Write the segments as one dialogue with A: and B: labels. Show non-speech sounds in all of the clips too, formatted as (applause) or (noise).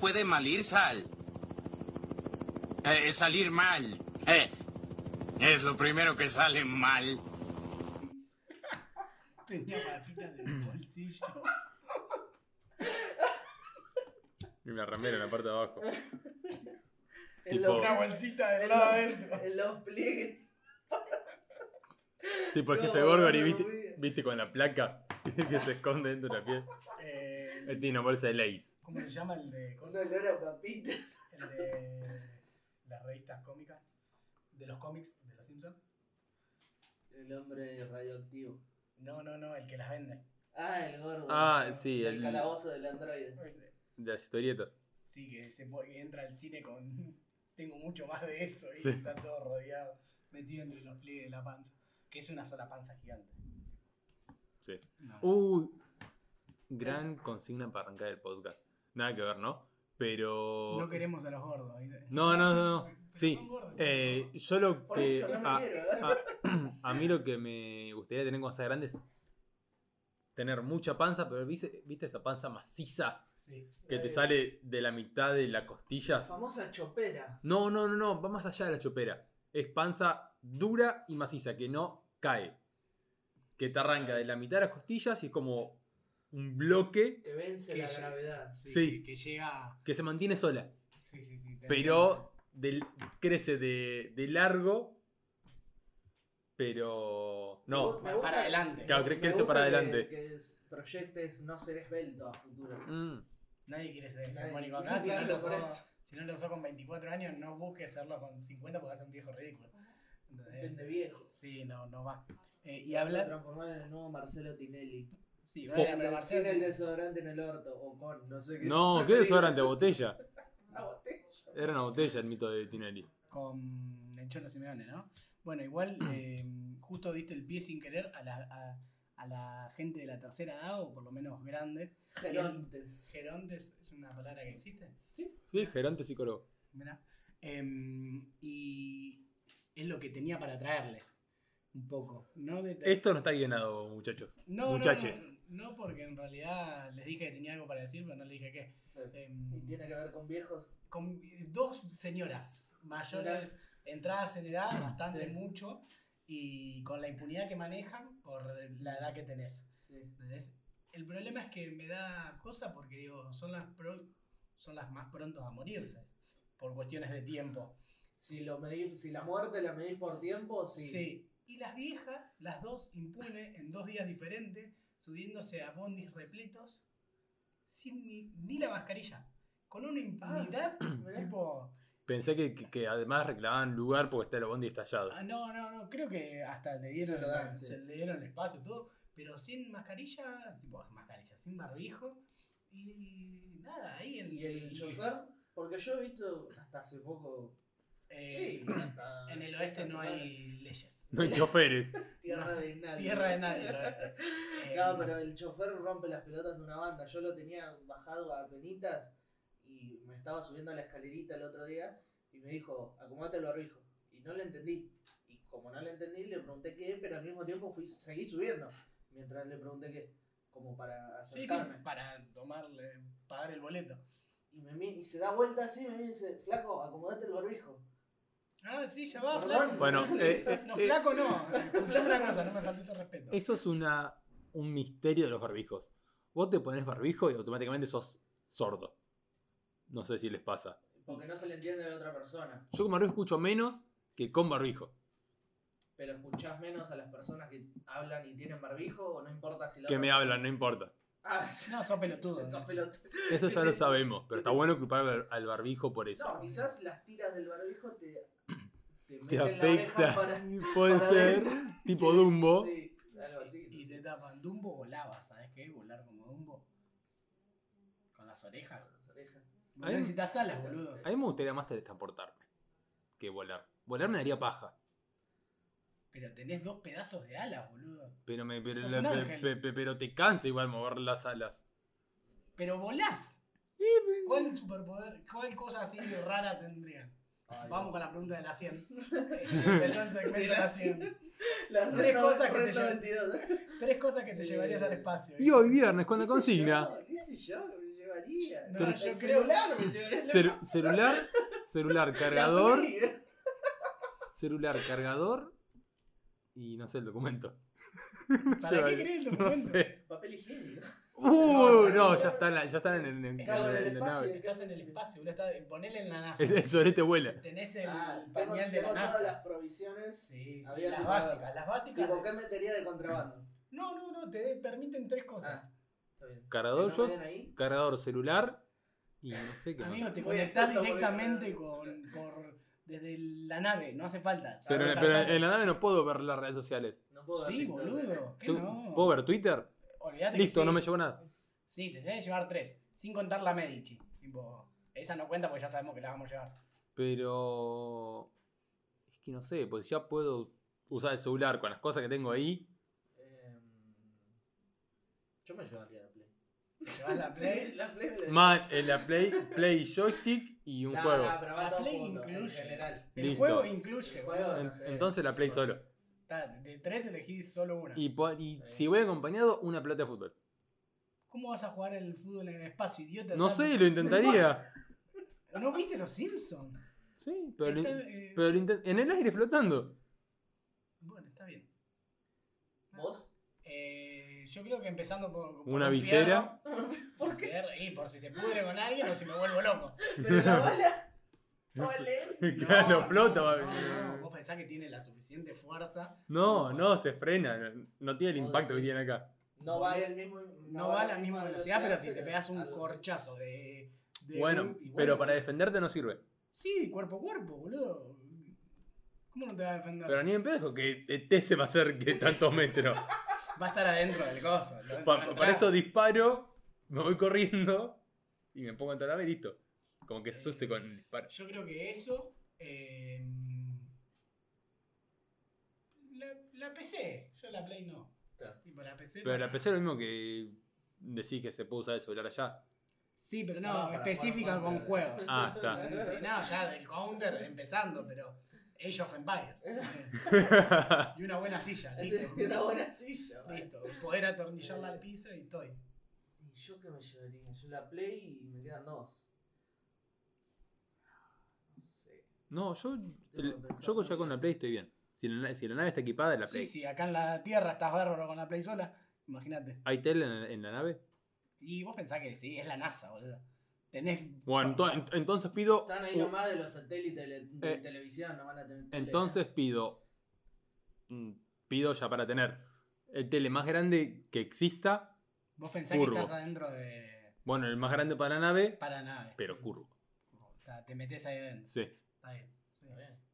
A: puede malir sal. Eh, salir mal. Eh, es lo primero que sale mal.
B: Tenía vasita en
C: Mm.
B: el bolsillo.
C: Y la remera en la parte de
D: (laughs)
C: abajo.
D: En
C: Tipo-
D: los,
B: (laughs) Una bolsita del
D: en
B: lado
D: los,
B: adentro.
D: en los pliegues.
C: Tipo el
D: No,
C: jefe Gorgory,
D: no, no,
C: ¿viste,
D: muy
C: viste con la placa (laughs) que se esconde dentro de la
D: (laughs)
C: piel.
B: Eh,
C: Él tiene una bolsa de Lays.
B: ¿Cómo se llama el de
D: Un
B: cosas?
D: olor a papita.
B: El de las revistas cómicas. De los cómics de los Simpsons.
D: El hombre radioactivo.
B: No, no, no, el que las vende.
D: Ah, el gordo.
C: Ah, sí,
D: El
C: el-
D: calabozo del androide.
C: De las historietas.
B: Sí, que se po- que entra al cine con. (laughs) Tengo mucho más de eso, y
C: Sí.
B: está todo rodeado, metido entre los pliegues de la panza. Que es una sola panza gigante.
C: Sí.
B: No.
C: Uh, gran consigna para arrancar el podcast. Nada que ver, ¿no? Pero.
B: No queremos a los gordos, ¿viste?
C: No, no, no, no.
B: Pero
C: Sí.
B: son gordos,
C: Eh, yo lo
D: Por
C: que.
D: eso no me
C: a,
D: quiero. ¿eh?
C: a- (clears throat) a mí lo que me gustaría tener con esa grande es tener mucha panza, pero viste, viste esa panza maciza
B: Sí.
C: que
D: Ahí.
C: te sale de la mitad de las
D: La
C: costillas.
D: famosa chopera.
C: No, no, no, no, va más allá de la chopera. Es panza dura y maciza, que no cae. Que te arranca de la mitad de las costillas y es como un bloque
D: Que vence
B: Que
D: la
B: ya-
D: gravedad.
B: Sí,
C: Sí.
B: Que, que llega.
C: que se mantiene sola.
B: Sí, sí, sí. te entiendo.
C: Pero del- crece de, de largo, pero... No.
D: Me gusta-
B: Para adelante.
C: Claro,
D: Me
C: cre- crece
D: gusta
C: para
D: que-
C: adelante.
D: Que, es- proyectes no ser esbelto a futuro.
C: Mm.
B: Nadie quiere ser
D: Nadie-
B: hegemónico
D: Sí,
B: acá. si,
D: claro,
B: no lo
D: por
B: sos,
D: eso.
B: si no lo sos con 24 años, no busques hacerlo con 50 porque vas a ser un viejo ridículo. Entonces,
D: Vende viejo.
B: Sí, no, no va. Eh, y
D: Habla.
B: hablar.
D: transformar en el nuevo Marcelo Tinelli.
B: Sí,
C: Sí.
B: bueno,
D: Sin
B: pero
D: el-
B: Marcelo-
D: sin el desodorante en el orto. O con, no sé qué. (laughs)
C: No, qué desodorante, Eh, botella.
D: Ah, botella.
C: Era una botella el mito de Tinelli.
B: con el Cholo Simeone, ¿no? Bueno, igual eh, justo diste el pie sin querer a la, a, a la gente de la tercera edad, o por lo menos grande.
D: Gerontes.
B: Gerontes es una palabra que existe.
D: Sí.
C: Sí, gerente psicólogo.
B: Mirá. Em, y es lo que tenía para traerles, un poco. No, de-
C: Esto no está guionado, muchachos.
B: no, no,
C: muchaches.
B: No, no, porque en realidad les dije que tenía algo para decir, pero no les dije qué. Em,
D: Y tiene que ver con viejos.
B: con dos señoras mayores, entradas en edad, bastante
D: Sí.
B: mucho, y con la impunidad que manejan por la edad que tenés.
D: Sí.
B: ¿entendés? El problema es que me da cosa porque digo, son las, pro- son las más prontos a morirse, por cuestiones de tiempo.
D: Si, lo medís- si la muerte la medís por tiempo, sí.
B: Y las viejas, las dos impune en dos días diferentes, subiéndose a bondis repletos, sin ni, ni la mascarilla, con una impunidad
D: Ah, (clears throat) mirá.
B: tipo...
C: Pensé que, que- que además reclamaban lugar porque está el bondi estallado.
B: Ah, no, no, no, creo que hasta le dieron,
D: Se lo dan,
B: se
D: sí.
B: le dieron el espacio y todo, pero sin mascarilla, tipo mascarilla, sin barbijo y nada, ahí el,
D: ¿Y el chofer? Porque yo he visto hasta hace poco.
B: eh,
D: sí, hasta.
B: En el oeste
D: esta
B: no
D: semana,
B: hay leyes.
C: No hay choferes.
D: Tierra
B: no,
D: de nadie.
B: Tierra de nadie el
D: (laughs)
B: oeste. Eh,
D: No, pero el chofer rompe las pelotas de una banda. Yo lo tenía bajado a penitas y me estaba subiendo a la escalerita el otro día y me dijo, acomódate el barbijo. Y no le entendí. Y como no le entendí, le pregunté qué, pero al mismo tiempo fui, seguí subiendo. Mientras le pregunté qué, como para
B: Sí, sí,
D: acercarme.
B: para tomarle, pagar el boleto.
D: Y, me, mi- y se da vuelta así y me mira y dice, flaco, acomodate el barbijo.
B: Ah, sí, ya va,
D: Perdón.
B: flaco.
C: Bueno, eh, eh,
B: (laughs) No,
C: eh,
B: flaco no. Escuchame una cosa, no me faltes el respeto.
C: eso es una, un misterio de los barbijos. Vos te pones barbijo y automáticamente sos sordo. No sé si les pasa.
D: Porque no se le entiende a la otra persona.
C: Yo con barbijo escucho menos que con barbijo.
D: Pero escuchás menos a las personas que hablan y tienen barbijo o no importa si la
C: Que
D: otra
C: me
D: persona-
C: hablan, no importa.
D: Ah,
B: (laughs) No, sos pelotudo.
D: sos
B: ¿no?
D: pelotudo.
C: Eso
D: (laughs)
C: ya lo sabemos, pero está bueno culpar al- al barbijo por eso.
D: No, quizás las tiras del barbijo te, te
C: Te
D: meten la
C: afecta.
D: oreja
C: (laughs)
D: para. (laughs)
C: Puede
D: para
C: ser
D: adentro.
C: tipo Dumbo.
D: Sí, algo así.
B: Y te tapan. Dumbo volaba, ¿sabes qué? Volar como Dumbo. Con las orejas.
D: Las orejas.
B: No
C: Ahí-
B: necesitas alas, boludo.
C: A mí me gustaría más teletransportarme que volar. Volar me daría paja.
B: Pero tenés dos pedazos de alas, boludo.
C: Pero, me, pero,
B: Sos un
C: pe-
B: ángel.
C: pe- pe- pero te cansa igual mover las alas.
B: Pero volás. ¿Cuál superpoder, cuál cosa así de rara tendrían?
D: Ay,
B: Vamos con la pregunta de la
D: (laughs)
B: 100. Empezó el segmento de la 100.
D: Las
B: Tres
D: reto-
B: cosas que te
D: reto
B: llevan-
D: 22.
B: Tres cosas que te
D: Eh,
B: llevarías al espacio.
C: Y hoy viernes con la
D: ¿Qué sé
C: consigna.
D: yo? ¿Qué sé yo? que me lleva llevaría?
B: No,
C: Pero-
B: yo creo-
D: el celular me llevaría.
C: Celu- celular, celular,
D: La
C: cargador,
D: Play.
C: celular, cargador y no sé el documento. (laughs)
B: ¿Para
C: Yo-
B: qué querés el
C: No
B: documento?
C: sé.
D: Papel higiénico.
C: Uh, no, ya están, la- ya están en, en- en-
B: Estamos en el
C: en la
D: espacio.
C: nave.
B: Estás en el espacio, boludo. Estás, ponele en la NASA.
C: El, el sorete vuela.
B: Tenés el
D: Ah, tengo,
B: pañal de la
D: tengo todas las
B: NASA.
D: provisiones.
B: Sí, sí,
D: Había
B: las
D: sacado.
B: básicas, las básicas.
D: Tipo, ¿qué metería de contrabando?
B: No, no, no, te de- permiten tres cosas.
D: Ah, está bien.
C: Cargador,
D: ¿Que
C: yo-
D: no me den ahí?
C: Cargador, celular y no sé qué más.
B: Amigo, te
D: Voy a
B: conectás
D: estar
B: directamente
D: por-
B: con, por, desde la nave, no hace falta.
C: Pero,
B: Sacás
C: pero
B: cartón.
C: en la nave no puedo ver las redes sociales.
D: No puedo dar
B: Sí,
D: TikTok.
B: boludo. ¿Qué
C: Tú-
B: no?
C: ¿Puedo ver Twitter?
B: Olvídate que
C: Listo,
B: sí.
C: no me llevo nada.
B: Sí, te tenés que llevar tres, sin contar la Medici. Tipo, esa no cuenta porque ya sabemos que la vamos a llevar.
C: Pero. Es que no sé, pues ya puedo usar el celular con las cosas que tengo ahí.
D: Eh,
B: Em,
D: yo me llevaría la Play.
B: Te llevas la
D: (laughs) Sí,
B: Play.
D: la Play me la-
C: Más en la Play, Play Joystick y un
D: No,
C: juego.
D: no, pero va
B: La
D: todo
B: Play
D: junto, En
B: incluye.
D: general.
B: El
C: Listo.
B: juego incluye,
D: El juego,
B: boludo.
C: En-
D: no sé.
C: entonces la Play solo.
B: Está, De tres elegís solo una.
C: Y, po- y
D: Sí.
C: si voy acompañado, una pelota de fútbol. ¿Cómo
B: ¿Cómo vas a jugar el fútbol en el espacio, idiota?
C: No
B: Está-
C: sé, lo intentaría.
B: ¿No viste los Simpsons?
C: Sí, pero, lo in-
B: Está, eh,
C: pero lo inten- en el aire flotando.
B: Bueno, está bien.
D: (laughs) ¿Vos?
B: Eh, yo creo que empezando por. por
C: Una
B: un
C: visera.
B: fierro, por (laughs) fierro, Y por si se pudre con alguien o si me vuelvo loco.
D: ¿Pero la bala? ¿Vale?
C: Claro,
B: No,
C: flota.
B: no,
C: va-
B: no, no, vos pensás que tiene la suficiente fuerza.
C: No, no, se frena. no- No tiene el
D: Vos
C: impacto que
D: decís.
C: tiene acá.
D: No va el mismo.
B: No, va a la misma velocidad, pero si te pegas un
D: algo así.
B: corchazo de. de
C: Bueno,
B: un- y
C: pero para defenderte no sirve.
B: Sí, cuerpo a cuerpo, boludo. ¿Cómo no te va a defender?
C: Pero ni en pedo que te se me acerque tantos metros.
B: Va a estar adentro del coso. lo- va
C: Pa-
B: a
C: pa-
B: entrar.
C: para eso disparo, me voy corriendo y me pongo en la nave y listo. Como que se asuste con el disparo.
B: Yo creo que eso. eh, la, la PC. Yo la Play no.
D: Claro.
B: Tipo, la PC.
C: Pero la
B: para-
C: PC es lo mismo que decir que se puede usar el celular
D: (laughs)
C: allá.
B: Sí, pero
D: No,
B: no,
D: Ah, para
B: específica
D: jugar
B: con
D: Counter.
B: juegos.
C: Ah,
D: (laughs)
C: está.
B: Sí, no, ya del counter empezando, pero. Age of Empires. y una buena
D: (laughs)
B: silla, listo.
D: Es una buena silla, vale.
B: Listo. Poder atornillarla al piso y estoy.
D: ¿Y yo qué me llevaría? Yo la Play y me quedan dos. No sé.
C: No, yo, el-
D: que pensar
C: yo ya con la
D: también.
C: Play estoy bien. Si la, na- si la nave está equipada, es la Play.
B: Sí, sí, acá en la tierra estás bárbaro con la Play sola. Imagínate.
C: ¿Hay tele en, en la nave?
B: Y vos pensás que sí, es la NASA, boludo. Tenés.
C: Bueno, ento- ent- entonces pido.
D: Están ahí
C: u-
D: nomás de los satélites de, de
C: Uh. Eh,
D: televisión, no van a tener. tele.
C: Entonces pido. mm, Pido ya para tener el tele más grande que exista.
B: Vos pensás
C: curvo.
B: que estás adentro de.
C: Bueno, el más grande para la nave,
B: Para nave.
C: pero curvo.
B: O sea, te metes ahí adentro.
C: Sí.
B: Está bien.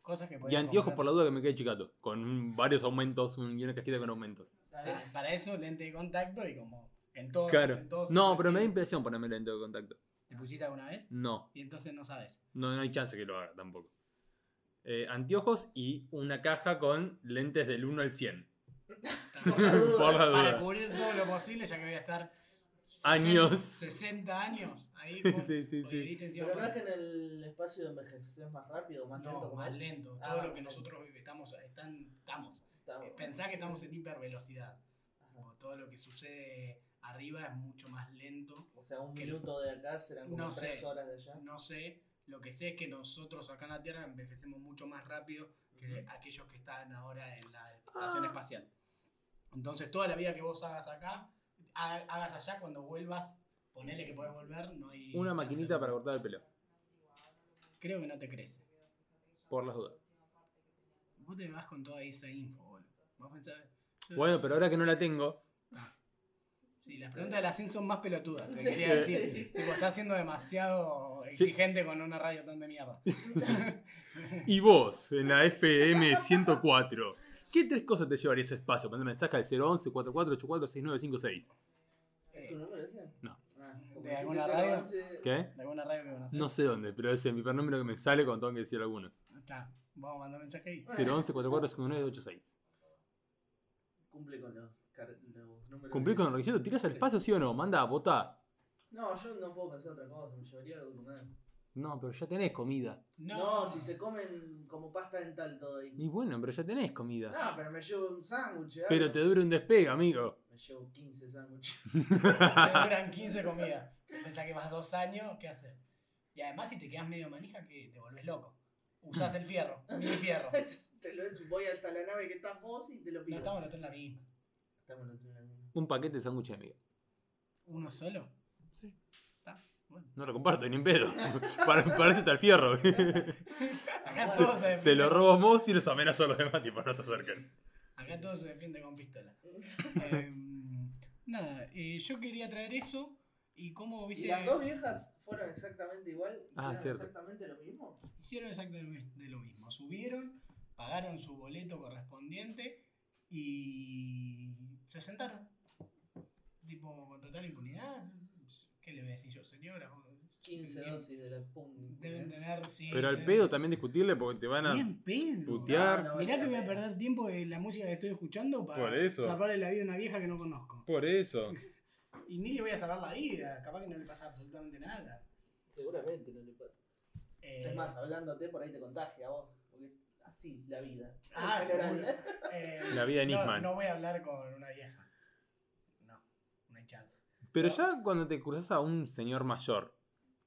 B: Cosas que podés
C: Y anteojos
B: comprar.
C: por la duda que me quede chicato. Con un- varios aumentos un- y una cajita con aumentos.
D: Está bien.
B: Ah, Para eso, lente de contacto y como. En todo.
C: Claro.
B: en todo
C: No,
B: su
C: pero me da
B: estilo.
C: impresión ponerme lente de contacto.
B: ¿Te pusiste alguna vez?
C: No,
B: Y entonces no sabes.
C: no, no hay chance que lo haga tampoco. Eh, anteojos y una caja con lentes del 1 al 100.
D: Por la duda.
C: (laughs) Por la
B: Para
C: duda.
B: cubrir todo lo posible, ya que voy a estar.
C: Años.
B: 60 años. Ahí
C: Sí,
B: con-
C: sí, sí,
B: con
C: sí.
B: editing encima
D: Pero no
B: con-
D: es que en el espacio envejeces más rápido, más lento.
B: No,
D: como
B: más
D: es.
B: lento.
D: Ah,
B: Todo lo
D: más
B: que
D: lento.
B: nosotros estamos, están, estamos.
D: Está bueno.
B: Eh, Pensá que estamos en hipervelocidad.
D: Ajá.
B: Como Todo lo que sucede arriba es mucho más lento.
D: O sea, un
B: que-
D: minuto de acá serán como
B: No
D: tres
B: sé.
D: horas de allá.
B: No sé, lo que sé es que nosotros acá en la Tierra envejecemos mucho más rápido que
D: Ujú.
B: aquellos que están ahora en la
C: Ah.
B: estación espacial. Entonces, toda la vida que vos hagas acá, ha- hagas allá, cuando vuelvas, ponele que podés volver, no hay...
C: Una
B: chance.
C: maquinita para cortar el pelo.
B: Creo que no te crece.
C: Por las dudas.
B: Vos te vas con toda esa info, boludo. Vos pensás...
C: Bueno, pero ahora que no la tengo.
B: Sí, las preguntas de la Sim son más pelotudas, te
D: Sí.
B: quería decir. Tipo, estás siendo demasiado
C: Sí.
B: exigente con una radio tan de
C: (laughs)
B: mierda.
C: Y vos, en la FM 104. ¿Qué tres cosas te llevaría ese espacio? Mandame mensaje al 011 4484 6956.
D: ¿Es tu
B: Eh,
D: número ese?
C: No.
D: Ah, como
B: ¿De
D: dijiste
B: alguna
D: solo
B: radio?
D: once-
C: ¿Qué?
B: ¿De alguna radio que conoces?
C: No sé dónde, pero es el primer número que me sale cuando tengo que decir alguno.
B: Está, vamos a mandar mensaje ahí.
C: 011 445986
D: Cumple con los, car- los números.
C: ¿Cumplís
D: de-
C: con el requisito? ¿Tirás al paso, sí o no? Manda, votá.
D: No, yo no puedo pensar otra cosa, me llevaría algo de comer.
C: No, pero ya tenés comida.
D: No, si
B: (laughs)
D: se comen como pasta dental todo ahí.
C: Y bueno, pero ya tenés comida.
D: No, pero me llevo un sándwich. ¿eh?
C: Pero te dura un despegue, amigo. (laughs)
D: Me llevo 15 sándwiches. (laughs)
B: Te duran 15 comidas. Pensá que vas dos años, ¿qué haces? Y además, si te quedas medio manija, que te volvés loco. Usás el
D: (laughs)
B: fierro, usás el fierro.
D: Te lo- voy hasta la nave que estás vos y te lo
B: No
D: pido.
B: estamos los tres en la misma.
D: Estamos los tres en la misma.
C: Un paquete de sándwich de miga.
B: ¿Uno solo?
C: Sí.
B: Está, bueno.
C: No lo comparto ni en pedo.
B: (laughs)
C: Para, para eso está el fierro.
B: Acá todos se
C: Te
B: defienden.
C: lo robo vos y los amenazo a los demás, tipo, no se acerquen.
B: Acá todo se defiende con
D: (laughs)
B: pistola. Em, nada, eh, yo quería traer eso y cómo, viste,
D: Y las dos viejas fueron exactamente igual,
C: Ah,
D: hicieron
C: cierto.
D: exactamente lo mismo.
B: hicieron exactamente de lo mismo. Subieron, pagaron su boleto correspondiente y se sentaron. Tipo, con total impunidad. ¿Qué le voy a decir yo, señora?
D: 15
B: Deben-
D: dosis de la punta.
B: Deben tener, sí.
C: Pero al
B: sí.
C: pedo también discutirle porque te van a.
B: Bien pedo.
C: putear. tear.
D: vale
B: Mirá que
D: la
B: voy a
D: pena.
B: perder tiempo de la música que estoy escuchando
C: Por
B: para
C: eso.
B: salvarle la vida a una vieja que no conozco.
C: Por eso.
B: Y ni le voy a salvar la vida, capaz que no le pasa absolutamente nada.
D: Seguramente no le pasa.
B: Eh,
D: Es más, hablándote por ahí te contagia a vos. Porque así, la vida.
B: Ah,
D: Está
B: seguro. (laughs)
D: llorando.
B: eh,
C: La vida en
B: no,
C: Eastman.
B: No voy a hablar con una vieja. No, no hay chance.
C: Pero ya cuando te cruzas a un señor mayor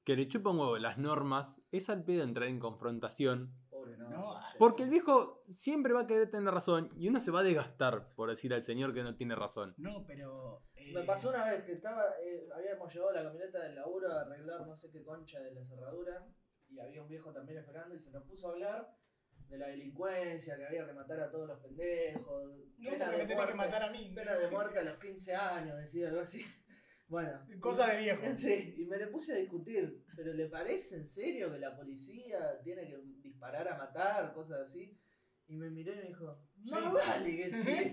C: que le chupa un huevo las normas, es al pedo entrar en confrontación.
D: Pobre no.
B: No,
D: che.
C: Porque el viejo siempre va a querer tener razón y uno se va a desgastar por decir al señor que no tiene razón.
B: No, pero. eh,
D: Me pasó una vez que estaba, eh, habíamos llevado la camioneta del laburo a arreglar no sé qué concha de la cerradura y había un viejo también esperando y se nos puso a hablar de la delincuencia, que había que matar a todos los pendejos,
B: No,
D: pena,
B: porque me
D: de
B: tenés que matar
D: muerte,
B: a mí.
D: pena de muerte a los 15 años, decía algo así. (laughs) Bueno.
B: Cosa de viejo.
D: (laughs) Sí, y me le puse a discutir, pero ¿le parece en serio que la policía tiene que disparar a matar, cosas así? Y me miró y me dijo, no
B: Sí.
D: vale
B: (laughs)
D: que sí.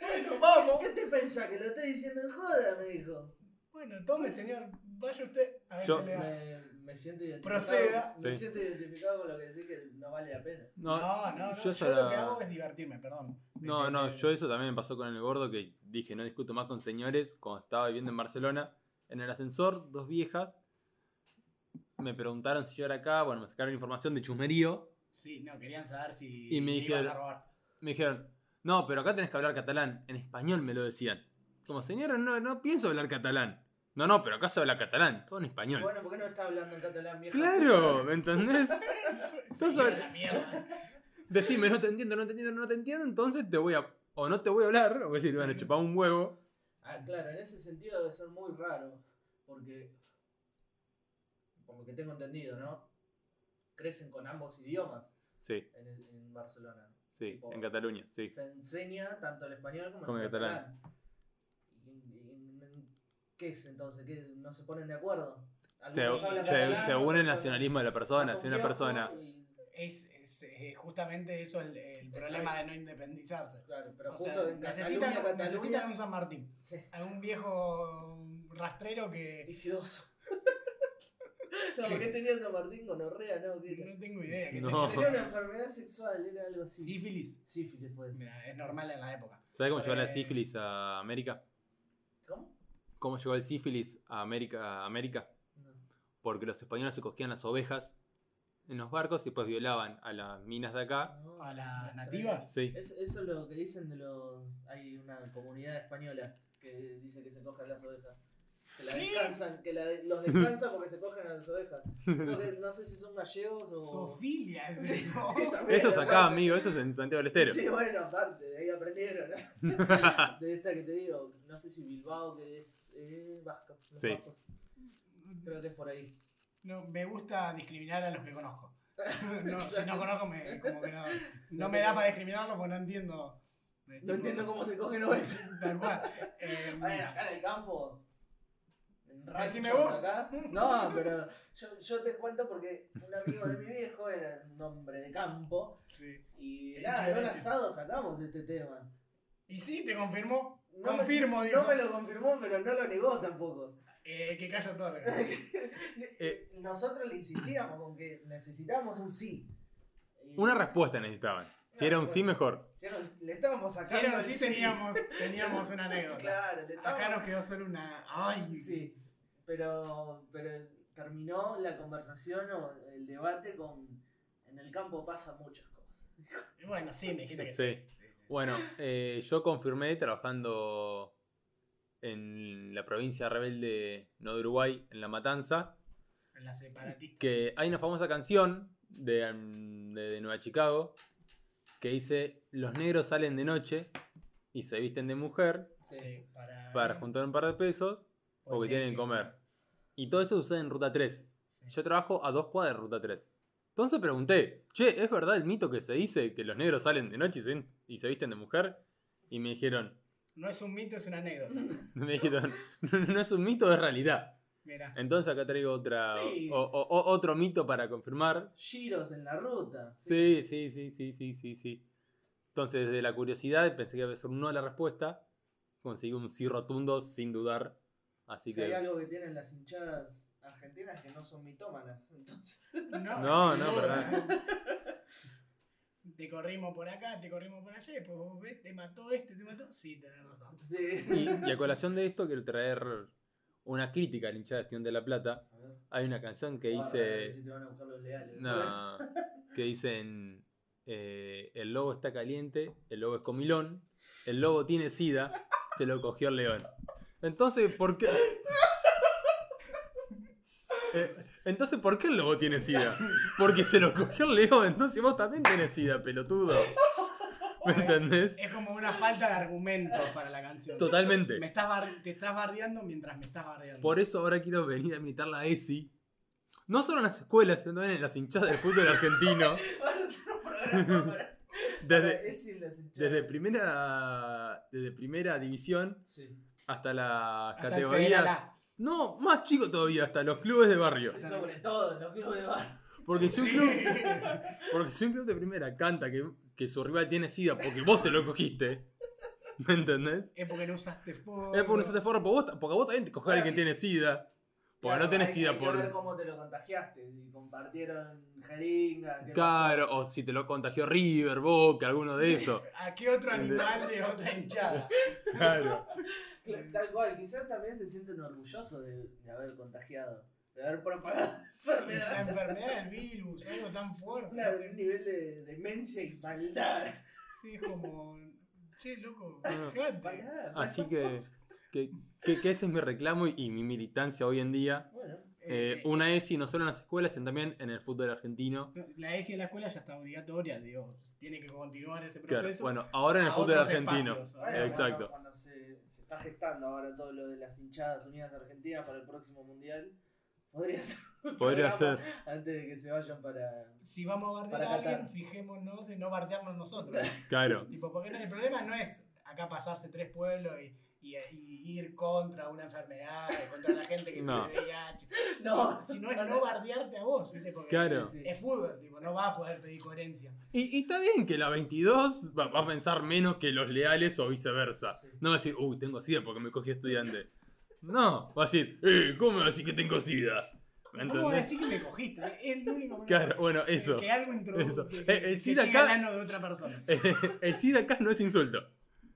B: Bueno, vamos.
D: ¿Qué te pensás? Que lo estoy diciendo en joda, me dijo.
B: Bueno, tome, señor. Vaya usted. A ver
C: Yo-
B: qué le da.
D: Me, me siento identificado.
B: Proceda.
D: Me
C: Sí.
D: siento identificado con lo que decís que no vale la pena.
C: No,
B: no, no, no,
C: yo
B: Yo,
C: esa
B: lo
C: la-
B: que hago es divertirme, perdón.
C: No,
B: Este,
C: no,
B: eh,
C: yo eso también me pasó con el gordo que dije, no discuto más con señores, cuando estaba viviendo en Barcelona, en el ascensor, dos viejas me preguntaron si yo era acá, bueno, me sacaron información de chusmerío,
B: Sí, no, querían saber si.
C: Y me
B: ibas
C: dijeron-
B: a robar.
C: (laughs) me dijeron, no, pero acá tenés que hablar catalán, en español me lo decían. Como señora, no, no pienso hablar catalán. No, no, pero acá se habla catalán, todo en español.
D: Bueno, ¿por qué no está hablando en catalán, viejo?
C: claro, ¿me entendés?
B: Sí,
C: Sos-
B: la mierda.
C: Decime, no te entiendo, no te entiendo, no te entiendo, entonces te voy a, o no te voy a hablar, o voy a decir, bueno, chupá un huevo.
D: Ah, claro, en ese sentido debe ser muy raro. Porque. Por lo que tengo entendido, ¿no? Crecen con ambos idiomas
C: Sí,
D: en, en Barcelona.
C: sí, en Cataluña, sí.
D: Se enseña tanto el español como,
C: Como
D: el
C: el
D: catalán. Y- y- y- ¿Qué es entonces? ¿Qué? ¿No se ponen de acuerdo?
C: Se-
D: Algunos hablan
C: se-
D: catalán,
C: según el
D: otros hablan-
C: nacionalismo de la persona,
D: pasa
C: si una
D: kiosco
C: persona.
D: y-
B: Es, es, eh, justamente eso el, el problema de no independizarse.
D: Claro, pero
B: O
D: justo
B: sea,
D: en
B: necesitan,
D: Cataluña, Cataluña.
B: necesitan un San Martín.
D: Sí,
B: Algún viejo rastrero que.
D: Isidoso. (laughs) no, ¿por qué tenía San Martín con orrea? No, que era?
B: No tengo idea. Que
C: No.
B: (laughs)
D: Tenía una enfermedad sexual, era algo así.
B: Sífilis.
D: Sífilis pues. puede ser.
B: Mira, es normal en la época.
C: ¿Sabes cómo llegó la
B: Eh,
C: sífilis a América?
D: ¿Cómo?
C: ¿Cómo llegó el sífilis a América? a América?
D: No.
C: Porque los españoles se cogían las ovejas en los barcos y pues violaban a las minas de acá.
D: No,
B: ¿A
D: no,
B: las
D: tremendo.
B: nativas?
C: Sí,
D: Es- eso es lo que dicen de los. Hay una comunidad española que dice que se cogen las ovejas. Que la
B: ¿Qué?
D: descansan, que la de- los descansan porque se cogen a las ovejas. No, que- no sé si son gallegos o.
B: Sofilia. es
D: Sí,
B: eso.
D: sí, también,
C: Eso es acá,
D: aparte.
C: amigo, eso es en Santiago del Estero.
D: Sí, bueno, aparte, de ahí aprendieron. de esta que te digo, no sé si Bilbao, que es eh, vasco. los
C: Sí.
D: vascos. Creo que es por ahí.
B: No, me gusta discriminar a los que conozco.
D: (laughs)
B: No, si no conozco, me, como que no, no me da para discriminarlos porque no entiendo.
D: No entiendo cómo se cogen ovejas.
B: Tal cual.
D: (laughs)
B: Eh,
D: Bueno, acá en el campo. En
B: Decime
D: rancho,
B: vos. (laughs)
D: acá. No, pero yo, yo te cuento porque un amigo de mi viejo era un hombre de campo.
B: sí.
D: Y
B: El
D: nada, en un
B: Clemente.
D: asado sacamos de este tema.
B: Y sí, te confirmó.
D: No
B: Confirmo,
D: me,
B: dijo.
D: no me lo confirmó, pero no lo negó tampoco.
B: Eh, que callo otorga.
D: (laughs)
C: Eh.
D: Nosotros le insistíamos con que necesitábamos un sí. Y-
C: Una respuesta necesitaban. Si era un sí, mejor.
D: Si era un- Le estábamos
B: Si era
D: sacando
B: así,
D: el
B: teníamos, teníamos una anécdota.
D: Claro, le estábamos
B: Acá nos quedó solo una. ¡Ay!
D: Ah, Sí, pero, pero terminó la conversación o el debate con. En el campo pasa muchas cosas.
B: Y Bueno, sí, me dijiste que
C: Sí. Bueno, eh, yo confirmé trabajando en la provincia rebelde no de Uruguay, en La Matanza,
B: En la separatista.
C: que hay una famosa canción de, mm, de- de Nueva Chicago que dice, los negros salen de noche y se visten de mujer
B: Sí, eh, para,
C: para juntar un par de pesos porque tienen que comer. Y todo esto sucede en Ruta 3.
B: Sí.
C: Yo trabajo a dos cuadras de Ruta 3. Entonces pregunté, che, ¿es verdad el mito que se dice que los negros salen de noche y se, y se visten de mujer? Y me dijeron, (laughs)
B: No es un mito, es una anécdota.
C: me dijeron, no, no es un mito, es realidad.
B: Mirá.
C: Entonces acá traigo otra,
D: Sí.
C: o- o- o- otro mito para confirmar.
D: Giros en la ruta.
C: Sí, sí, sí, sí, sí, sí, sí. Entonces, desde la curiosidad, pensé que iba a ser un no a la respuesta. Conseguí un sí rotundo sin dudar. Así
D: Si hay
C: que...
D: algo que tienen las hinchadas argentinas que no son mitómanas. Entonces,
C: (laughs) No,
B: sin
C: no,
B: duda. Te corrimos por acá, te corrimos por allá, y después vos ves, te mató este, te mató. Sí, tenés razón.
D: sí.
C: Y, y a colación de esto quiero traer una crítica al hinchada de Estudiante de la Plata.
D: A ver.
C: Hay una canción que
D: Guarda, a ver
C: dice...
D: Si te van a buscar los leales. (laughs)
C: No, que dicen... eh, el lobo está caliente, el lobo es comilón, el lobo tiene sida, se lo cogió el león. Entonces, ¿por qué? Eh, entonces, ¿por qué el lobo tiene sida? Porque se lo cogió el león, entonces vos también tenés sida, pelotudo. ¿Me entendés?
B: Es como una falta de argumentos para la canción.
C: Totalmente.
B: Me estás bar- te estás bardeando mientras me estás bardeando.
C: Por eso ahora quiero venir a militar la ESI. No solo en las escuelas, sino también en las hinchadas del fútbol argentino.
D: Vas a hacer un programa para. para
C: (laughs) Desde,
D: decir las hinchadas.
C: desde primera, desde primera división
D: Sí.
C: hasta las
B: Hasta el Federal
C: categorías.
B: A.
C: No, más chico todavía, hasta los clubes de barrio.
D: Sí, sobre todo en los clubes de bar.
C: Porque si un
B: Sí. (laughs)
C: club, porque si un club de primera canta que, que su rival tiene sida porque vos te lo cogiste. ¿Me entendés?
B: Es porque no usaste fondo.
C: Es por un forma, porque vos, ta- porque a vos también te coger a alguien que
D: Claro.
C: tiene sida. Porque
D: Claro,
C: no tenés
D: hay-
C: sida
D: hay que
C: por.
D: ver cómo te lo contagiaste. Si compartieron jeringas. qué
C: Claro, o si te lo contagió River, Boca, alguno de
D: (laughs)
C: esos.
B: ¿A qué otro animal de otra
C: (laughs)
B: hinchada?
C: Claro.
D: pasó. Cla- Tal cual. Quizás también se sienten orgullosos de, de haber contagiado. De haber propagado la
B: La (laughs)
D: enfermedad.
B: enfermedad del virus, algo tan fuerte.
D: Una- un nivel de demencia y maldad.
B: Sí, es como. Che, loco,
C: Ah.
B: fíjate.
D: Pará,
C: Así
D: pará.
C: que, que, que- que ese es mi reclamo y, y mi militancia hoy en día.
D: Bueno.
C: Eh, una ESI no solo en las escuelas, sino también en el fútbol argentino.
B: La ESI en la escuela ya está obligatoria, digo. Tiene que continuar ese
C: Claro,
B: proceso.
C: bueno, ahora en el
B: a
C: fútbol
B: otros
C: argentino.
B: espacios,
D: Bueno,
B: ahora.
C: Exacto.
D: Cuando, cuando se, se está gestando ahora todo lo de las hinchadas unidas de Argentina para el próximo mundial, podría ser.
C: (laughs)
D: un
C: Podría ser.
D: programa Antes de que se vayan para. (laughs)
B: Si vamos a bardear
D: Para
B: a alguien,
D: Qatar.
B: fijémonos de no bardearnos nosotros. (laughs)
C: Claro.
B: tipo, porque no- el problema no es acá pasarse tres pueblos y, y- y ir contra una enfermedad, contra la gente que
C: (laughs) No.
B: tiene VIH.
D: No,
B: Sino es no bardearte a vos, ¿viste? Porque
C: Claro.
D: Sí, sí.
B: es fútbol, tipo, no vas a poder pedir coherencia.
C: Y, y está bien que la 22 va, va a pensar menos que los leales o viceversa.
D: Sí.
C: No va a decir, uy, tengo sida porque me cogí estudiante. No, va a decir, eh, ¿cómo me decís que tengo sida? ¿Me
B: ¿Cómo
C: entendés?
B: decir que me cogiste? Es el único
C: Claro, bueno,
B: que-
C: eso. (laughs)
B: Que algo introduce.
C: eso.
B: Que,
C: Eh, el
B: que
C: SIDA
B: llega
C: acá-
B: al ano de otra persona.
C: el SIDA acá no es insulto.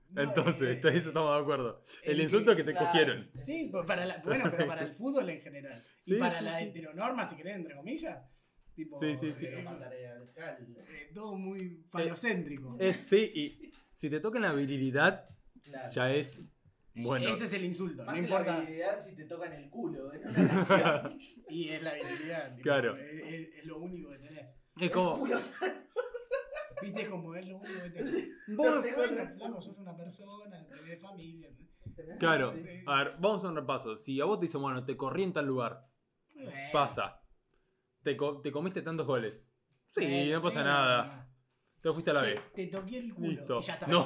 B: No, eh,
C: Entonces, eso estamos de acuerdo. El
B: eh,
C: insulto que te
D: claro.
C: cogieron.
B: Sí, pues para la- bueno, pero para el fútbol en general. Y
C: Sí,
B: para
C: sí,
B: la
C: sí.
B: heteronorma, si querés, entre comillas. Tipo,
C: Sí, sí,
B: eh,
C: sí.
D: Se lo mandaré al alcalde.
B: eh, todo muy falocéntrico.
C: Es- sí, y si te tocan la virilidad,
D: Claro.
C: ya es bueno.
B: Ese es el insulto, no
D: Más que la
B: importa.
D: habilidad si te tocan el culo en una
C: (laughs)
D: (laughs) canción.
B: Y es la habilidad. tipo,
C: Claro.
B: Es, es- es lo único que tenés.
C: Es como,
D: Culos.
B: Viste es como es lo único que
C: (laughs)
B: tenés.
D: No
B: Vos
D: tengo otra.
B: flaco, sos una persona, tenés familia.
C: claro.
D: Sí.
C: A ver, vamos a un repaso. Si a vos te dicen, bueno, te corrí en tal lugar,
B: Bueno.
C: pasa. Te, co- te comiste tantos goles. Sí,
B: Bueno,
C: no pasa
B: Eh, sí,
C: nada. Te fuiste a la
B: Te,
C: B.
B: te toqué el culo.
C: Listo.
B: Y ya está.
C: No,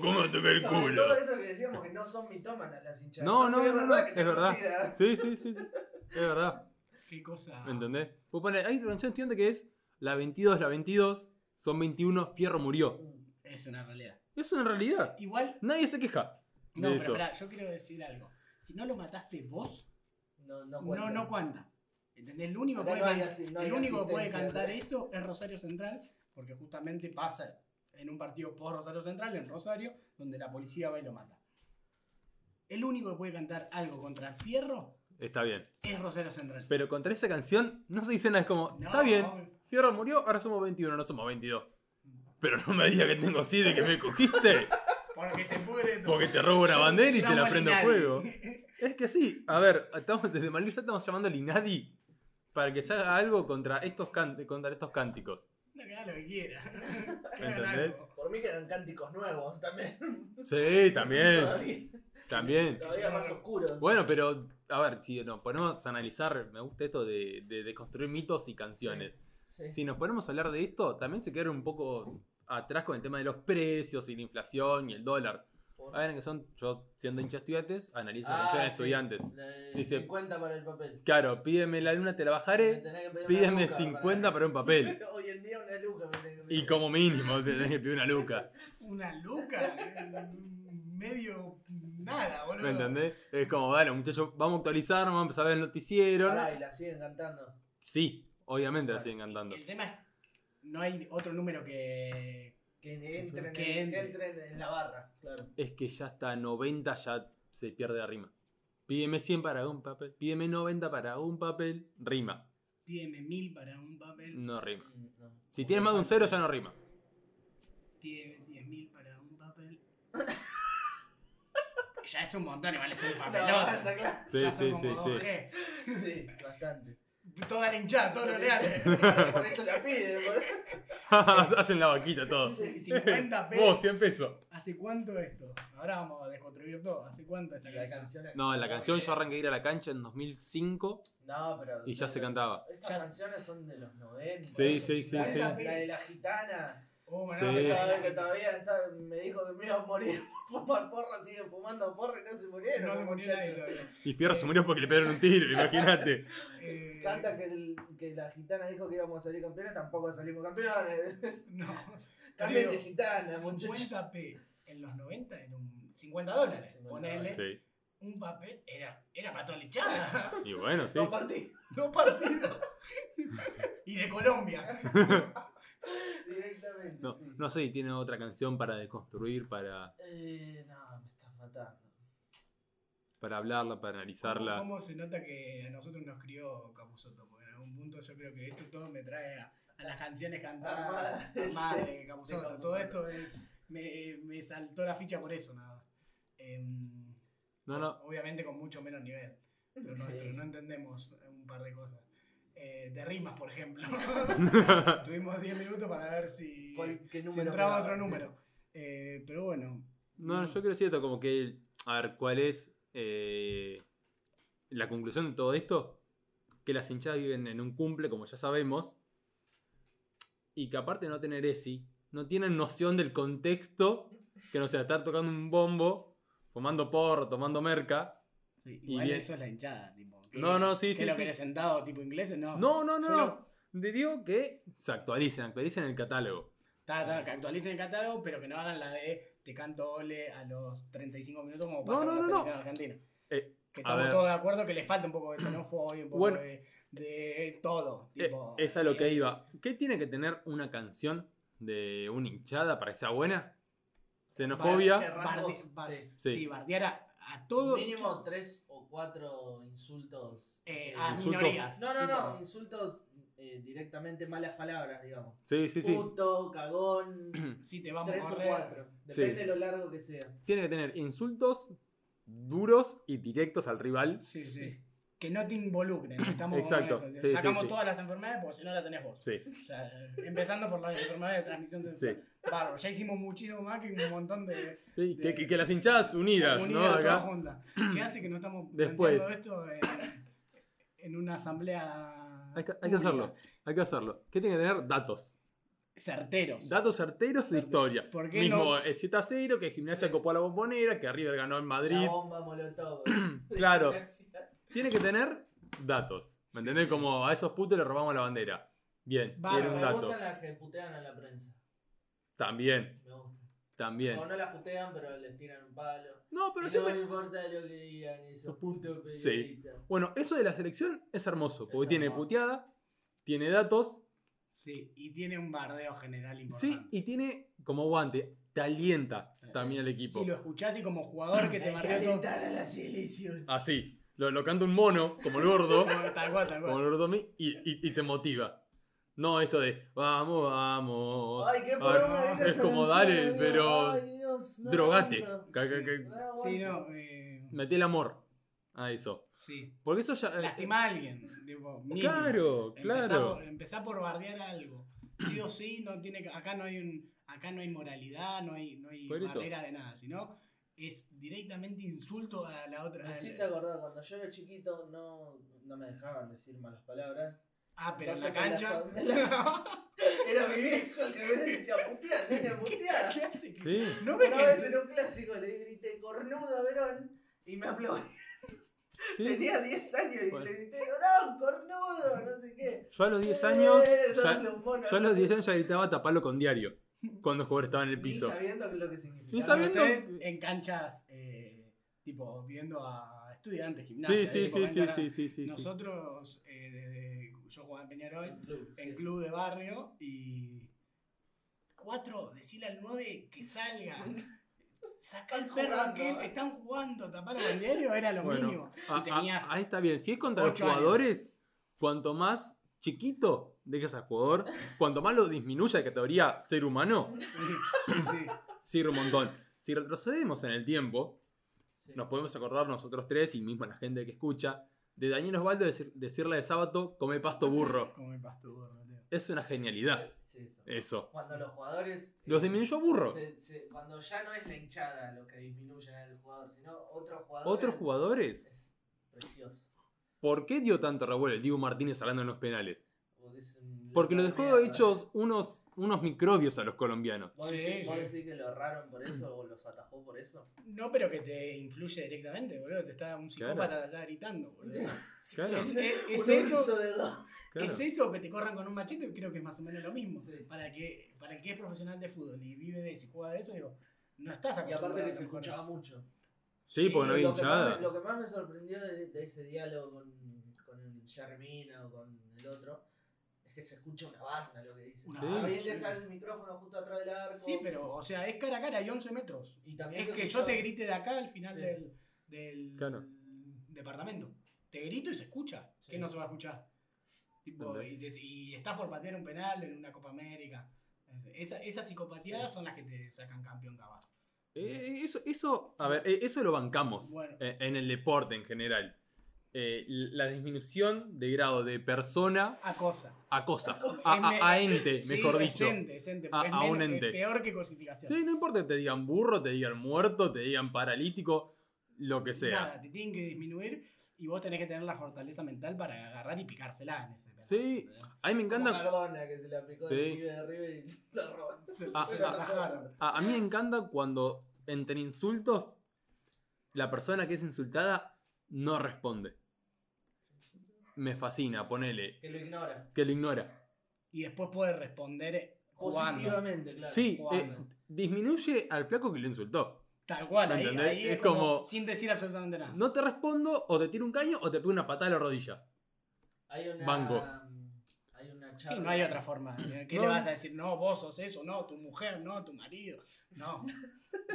C: ¿cómo te toqué el
D: Sobre Todo
C: culo?
D: esto que decíamos que no son mitómanas las hinchadas.
C: No, no,
D: Entonces,
C: no,
D: es
C: no,
D: verdad que
C: es
D: tengo
C: verdad.
D: sida.
C: Sí, sí, sí, sí. Es verdad.
B: Qué cosa.
C: ¿Me entendés? Vos ponés, hay otra canción estudiante que es la 22, la 22, son 21, Fierro murió.
B: Es una realidad.
C: Eso en realidad.
B: Igual,
C: Nadie se queja. de
B: no, pero
C: eso.
B: pará, yo quiero decir algo. Si no lo mataste vos,
D: No, no cuenta.
B: no, no cuenta. ¿Entendés? El único que
D: Acá
B: puede,
D: no hay
B: cantar,
D: asi- no hay
B: el único que puede
D: asistencia,
B: cantar
D: ¿verdad?
B: eso es Rosario Central, porque justamente pasa en un partido por Rosario Central, en Rosario, donde la policía va y lo mata. El único que puede cantar algo contra Fierro
C: Está bien.
B: es Rosario Central.
C: Pero contra esa canción no se dice nada. Es como, está bien, Fierro murió, ahora somos 21, no somos 22. Pero no me digas que tengo sida y que me cogiste.
B: Porque se pudre todo.
C: Porque te robo
B: (laughs)
C: una
B: Yo-
C: bandera y te
B: llamo
C: la
B: al
C: prendo
B: Inadi.
C: fuego.
B: (laughs)
C: Es que sí, a ver, estamos, desde Malvisa estamos llamando al Inadi para que se haga algo contra estos, can- contra estos cánticos.
B: No, que haga lo que quiera. (laughs) Que hagan
C: ¿Entendés?
B: algo.
D: Por mí que eran cánticos nuevos también.
C: Sí, también,
D: (laughs) Todavía,
C: también.
D: todavía más oscuros.
C: Bueno, pero a ver, si nos ponemos a analizar, me gusta esto de, de, de construir mitos y canciones.
D: Sí.
C: Si nos ponemos a hablar de esto, también se quedaron un poco atrás con el tema de los precios y la inflación y el dólar. A ver, que son, yo siendo hincha de estudiantes, analizo
D: Ah,
C: la canción de
D: sí.
C: estudiantes.
D: La de
C: Dice-
D: 50 para el papel.
C: Claro, pídeme la luna, te la
D: Me
C: bajaré.
D: tenés que pedir una
C: Pídeme
D: luca
C: 50 para un
D: (laughs)
C: papel.
D: Hoy en día una luca me tenés que pedir.
C: Y como mínimo, te tenés que pedir una luca.
B: Una luca. eh, Medio nada, boludo.
C: ¿Me entendés? Es como, dale, muchachos, vamos a actualizar, vamos a empezar a ver el noticiero.
D: Pará, y la siguen cantando.
C: Sí, obviamente la
D: Vale.
C: siguen cantando.
B: El tema es. No hay otro número que.
D: Que entren,
B: Que
D: en, que
B: entren.
D: entren en la barra. Claro.
C: Es que ya hasta 90 ya se pierde la rima. Pídeme 100 para un papel, pídeme 90 para un papel, rima,
B: Pídeme mil para un papel.
C: no rima.
D: Mm, No.
C: Si tienes más de un cero ya no rima. Mm.
B: Pídeme diez mil para un papel. (laughs) ya es un montón, igual es un
D: Una
B: papelón.
D: banda, claro. (laughs)
C: Sí,
B: Ya son
C: sí,
B: como
C: sí, sí. (laughs)
B: 2G.
D: Sí, bastante.
B: Toda la hinchada, todos los leales.
D: (laughs)
C: (laughs)
D: Por eso la piden, por-
C: Hacen la vaquita todos.
D: Sí.
B: 50
C: Vos,
B: pesos.
C: 100 pesos.
B: ¿Hace cuánto esto? Ahora vamos a desconstruir todo. ¿Hace cuánto esta
D: Y la
B: canción?
D: canción es-
C: No, la canción yo arranqué a ir a la cancha en 2005
D: No, pero.
C: y ya
D: no,
C: se
D: no.
C: cantaba.
D: Estas
B: Ya-
D: canciones son de los 90.
C: Sí, sí, sí,
D: la,
C: sí.
D: La, de la gitana.
B: Oh, bueno,
C: Sí.
B: no,
D: Cada
B: pero-
D: vez que todavía está- me dijo que me iba a morir (laughs) por fumar porro, siguen fumando porro y no se murieron.
B: no se murió
D: muchachos.
B: nadie todavía.
C: y Fierro se murió porque le pegaron un (laughs) tiro, imagínate.
B: Eh,
D: Canta que, el- que la gitana dijo que íbamos a salir campeones, tampoco salimos campeones.
B: No.
D: Cambien
B: Pero
D: de gitana, muchachos.
B: (laughs) 50p en los 90 en un 50 dólares.
D: 50
B: ponele
C: Sí.
B: un papel. Era, era para toda la hinchada. (laughs)
C: Y bueno, sí.
D: Dos partidos
B: Dos partidos. (laughs) y de Colombia.
D: directamente.
C: No,
D: sí.
C: no sé si tiene otra canción para deconstruir, para,
D: Eh, no, me estás matando.
C: para hablarla, para
B: ¿Cómo,
C: analizarla.
B: cómo se nota que a nosotros nos crió Capuzoto? Porque en algún punto yo creo que esto todo me trae a, a las canciones
D: Armadas,
B: (laughs) cantadas
D: sí,
B: armadas de
D: de
B: Capuzoto.
D: Capusotto.
B: Todo esto es, me, me saltó la ficha por eso, nada más. Em,
C: No, no.
B: Obviamente con mucho menos nivel. Lo
D: Sí.
B: nuestro, no entendemos un par de cosas. Eh, de rimas, por
D: (laughs)
B: ejemplo. (laughs) Tuvimos 10 minutos para ver si,
D: ¿Cuál- qué
B: si
D: número
B: entraba
D: pegaba?
B: otro
D: Sí.
B: número. Eh, pero bueno.
C: No, yo creo que cierto, como que. A ver, ¿cuál es eh, la conclusión de todo esto? Que las hinchadas viven en un cumple, como ya sabemos. Y que aparte de no tener ESI, no tienen noción del contexto que no sea estar tocando un bombo, fumando porro, tomando merca.
B: Sí,
C: Y
B: igual
C: bien.
B: eso es la hinchada, tipo.
C: No, no, sí,
B: que
C: sí,
B: lo
C: sí.
B: querés sentado, tipo ingleses? No.
C: No, no,
B: Yo
C: no.
B: lo-
C: no. Te digo que se actualicen, actualicen el catálogo.
B: Ta, ta, que actualicen el catálogo, pero que no hagan la de te canto ole a los 35 minutos como
C: No,
B: pasa
C: no,
B: con la
C: no, no.
B: selección argentina.
C: Eh,
B: que
C: a ver.
B: estamos todos de acuerdo que le falta un poco
C: (clears throat)
B: de xenofobia, un poco
C: Bueno.
B: de, de todo.
C: Eh,
B: Tipo,
C: es a lo que
B: eh,
C: iba. ¿Qué tiene que tener una canción de una hinchada para que sea buena? Xenofobia.
D: Bar- que
B: Bardi-
D: rasgos,
B: bar-
D: sí.
C: Sí.
B: Sí, bardear a, a todo.
D: Mínimo tres o cuatro insultos.
B: eh,
D: eh,
B: a
C: Insulto.
B: minorías.
D: No, no,
B: tipo,
D: no, insultos eh, directamente malas palabras, digamos.
C: Sí, sí, sí.
D: Puto,
C: (clears throat)
D: cagón,
B: Si te vamos a
D: tres o
B: correr.
D: cuatro.
C: Sí.
D: Depende de lo largo que sea.
C: Tiene que tener insultos duros y directos al rival.
B: Sí, sí. Que no te involucren. Estamos
C: Exacto,
B: como-
C: sí, sí,
B: sacamos
C: sí.
B: todas las enfermedades porque si no la tenés vos.
C: Sí,
B: O sea, empezando por las enfermedades de transmisión
C: sí.
B: sexual. Bárbaro, ya hicimos muchísimo más que un montón de
C: sí.
B: De-
C: Que, que- que las hinchadas unidas, ¿no?
B: comunidades
C: Acá.
B: juntas. ¿Qué hace que no
C: (clears throat)
B: estamos
C: Después.
B: planteando esto en, en una asamblea?
C: Hay que, hay que
B: pública?
C: hacerlo, hay que hacerlo. ¿Qué tiene que tener? Datos.
B: Certeros.
C: Datos certeros de historia.
B: ¿Por qué
C: Mismo
B: no?
C: el 7 a 0, que Gimnasia
D: Sí.
C: copó a la bombonera, que River ganó en Madrid.
D: La bomba molotov.
C: (clears throat) Claro.
D: (laughs) Gracias.
C: Tiene que tener datos. ¿Me entendés? Como a esos putos le robamos la bandera. Bien,
B: Bárbaro.
C: tiene
D: me
C: un dato.
D: gustan las que putean a la prensa.
C: También,
D: Me gusta.
C: también.
D: O no las putean, pero les tiran un palo.
C: No, pero
D: Y
C: siempre.
D: No importa lo que digan esos putos periodistas.
C: Bueno, eso de la selección es hermoso, porque
D: Es
C: tiene
D: hermoso.
C: puteada, tiene datos,
B: Sí, y tiene un bardeo general importante.
C: sí, y tiene como guante, te alienta también
D: Eh,
C: al equipo.
B: Si lo escuchás y como jugador que te
D: Hay que
B: bardeó todo.
D: alentar a la selección.
C: Así,
D: (laughs)
C: lo, lo canta un mono, como el gordo,
B: Tal cual, tal
C: como
B: cual.
C: el gordo a mí, y, y- y te motiva. No, esto de vamos, vamos.
D: Ay, qué
C: a ver,
D: poronga que era
C: Es
D: esa
C: como
D: canción,
C: dale,
D: amigo.
C: pero.
D: Ay, Dios, no
C: drogate.
D: aguanto.
C: Ca- ca- ca-
D: No aguanto.
B: Sí, no, eh,
C: Metí el amor a eso.
B: sí.
C: Porque eso ya. eh,
B: Lastima a alguien. tipo, mínimo.
C: Claro,
B: Empezá
C: claro.
B: por- empezá por bardear algo. Sí o sí, no tiene que- acá no hay un, acá no hay moralidad, no hay, no hay
C: Por eso.
B: barrera de nada, sino es directamente insulto a la otra.
D: Me hiciste acordar, cuando yo era chiquito no, no me dejaban decir malas palabras.
B: Ah, pero en la
D: Entonces
B: cancha.
D: me las- (laughs) Era mi viejo el que me decía, puteá, nene,
B: (laughs)
D: puteá.
B: ¿Qué hace?
D: (laughs)
C: Sí.
B: No me
D: Una vez
B: quedes.
D: en un clásico le grité, cornudo, Verón, y me aplaudió.
C: sí.
D: Tenía 10 años y
C: Bueno.
D: le grité, Verón, cornudo, no sé qué.
C: Yo a los 10
D: Eh,
C: años.
D: todos
C: ya-
D: los monos,
C: yo a los
D: ¿no?
C: 10 años ya gritaba taparlo con diario. Cuando el jugador estaba en el
D: Ni
C: piso.
D: sabiendo lo que significaba.
C: Ni sabiendo-
B: en canchas, eh, tipo, viendo a estudiantes,
C: Sí,
B: gimnastas.
C: sí, sí, sí, sí, sí, sí. sí.
B: Nosotros, eh, desde, yo jugaba en Peñarol,
D: El club,
B: en
D: sí.
B: club de barrio y. Cuatro, decirle al 9 que salga. Saca el
D: Están
B: perro
D: jugando,
B: aquel,
D: eh.
B: están jugando, tapar el diario era lo
C: Bueno,
B: mínimo.
C: Ah,
B: Y
C: ah,
B: tenías.
C: ahí está bien. Si es contra los
B: ocho años.
C: jugadores, cuanto más chiquito dejas al jugador, cuanto más lo disminuya de categoría ser humano,
B: Sí, sí.
C: sirve un montón. Si retrocedemos en el tiempo,
D: Sí.
C: nos podemos acordar nosotros tres y mismo la gente que escucha, de Daniel Osvaldo decir, decirle de sábado, come pasto burro.
B: Como el pastor, no te-
C: Es una genialidad,
D: Sí, eso.
C: eso.
D: Cuando los jugadores.
C: Los
D: eh,
C: disminuyó a burro.
D: se- se- cuando ya no es la hinchada lo que disminuyen al jugador, sino otro jugador.
C: Otros jugadores,
D: Es precioso.
C: ¿por qué dio tanto revuelo el Diego Martínez hablando en los penales?
D: Porque, es un
C: Porque lo
D: loco
C: dejó
D: mierda.
C: hechos unos, unos microbios a los colombianos.
D: ¿Vos,
B: Sí,
D: decís, vos
B: sí.
D: decís que lo erraron por eso o los atajó por eso?
B: No, pero que te influye directamente, boludo. Te está un psicópata te está gritando, boludo.
C: Claro,
B: Es, es- es
D: Un
B: eso,
D: uso de dos.
C: claro.
B: es eso que te corran con un machete, creo que es más o menos lo mismo.
D: Sí.
B: Para, que, para el que es profesional de fútbol y vive de eso y juega de eso, digo, no estás
D: Y aparte
B: acostumbrado
D: que
B: a
D: se
B: mejor.
D: escuchaba mucho.
C: Sí, porque no
D: Y
C: había
D: Eh, lo, que más
C: hinchada.
D: me, lo que más me sorprendió de, de ese diálogo con, con Jermina o con el otro es que se escucha una banda lo que dicen.
B: Una
C: Sí.
B: banda,
D: También
B: sí.
D: está el micrófono justo atrás del arco.
B: Sí, pero, o sea, es cara a cara, hay 11 metros.
D: y también
B: Es
D: se
B: que yo
D: escuchaba-
B: te grite de acá al final
D: Sí.
B: del, del
C: Claro.
B: departamento. Te grito y se escucha.
D: Sí.
B: ¿Qué no se va a escuchar? Tipo, y, te- y estás por patear un penal en una Copa América. Esa- esas psicopatías son las que te sacan campeón capaz.
C: Eh, Eso, eso, a ver, eh, eso lo bancamos
B: Bueno,
C: eh, en el deporte en general. Eh, la disminución de grado de persona
B: a cosa.
C: a cosa,
B: cosa.
C: a, a- a ente,
B: Sí,
C: mejor dicho.
B: Decente, decente, porque
C: A-
B: es
C: a un
B: menos- es
C: ente.
B: peor que cosificación.
C: Sí, no importa que te digan burro, te digan muerto, te digan paralítico, lo que sea.
B: Nada, te tienen que disminuir y vos tenés que tener la fortaleza mental para agarrar y picársela en ese penal.
C: Sí. A mí me
D: Como
C: encanta,
D: Cardona que se le aplicó
C: Sí.
D: el pibe de River y (laughs) lo robó.
B: Se,
C: Ah,
B: se lo
C: ah,
B: atajaron.
C: a, a mí me encanta cuando entre insultos la persona que es insultada no responde. Me fascina, ponele,
D: Que lo ignora.
C: que lo ignora.
B: Y después puede responder jugando.
D: Positivamente, claro.
C: Sí,
B: jugando.
C: eh, disminuye al flaco que lo insultó.
B: Tal cual,
C: ¿Me
B: ahí,
C: entendés?
B: ahí es,
C: Es
B: como,
C: como-
B: sin decir absolutamente nada.
C: No te respondo, o te tiro un caño, o te pego una patada a la rodilla.
D: Hay una.
C: Banco.
D: Hay una charla.
B: Sí, no hay otra
C: (clears throat)
B: forma. ¿Qué
C: No.
B: le vas a decir? No, vos sos eso, no, tu mujer, no, tu marido. No.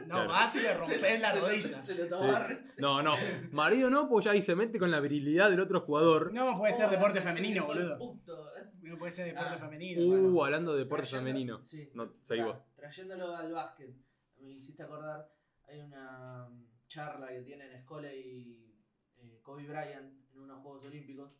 B: No,
C: Claro.
B: vas y le rompes
D: (laughs) Se-
B: la
D: se lo-
B: rodilla.
D: Se lo tomó sí.
C: No, no. Marido no, pues ya ahí se mete con la virilidad del otro jugador.
B: No, puede ser
D: Oh,
B: deporte
D: sí, sí,
B: femenino,
D: soy
B: boludo.
D: puto.
B: No puede ser deporte
D: Ah.
B: femenino.
C: Uh,
B: bueno.
C: hablando de deporte
D: Trayendo-
C: femenino.
D: Sí.
C: No, seguí vos.
D: Tra- Trayéndolo al básquet, me hiciste acordar, hay una mm, charla que tienen Scola y eh, Kobe Bryant en unos Juegos Olímpicos,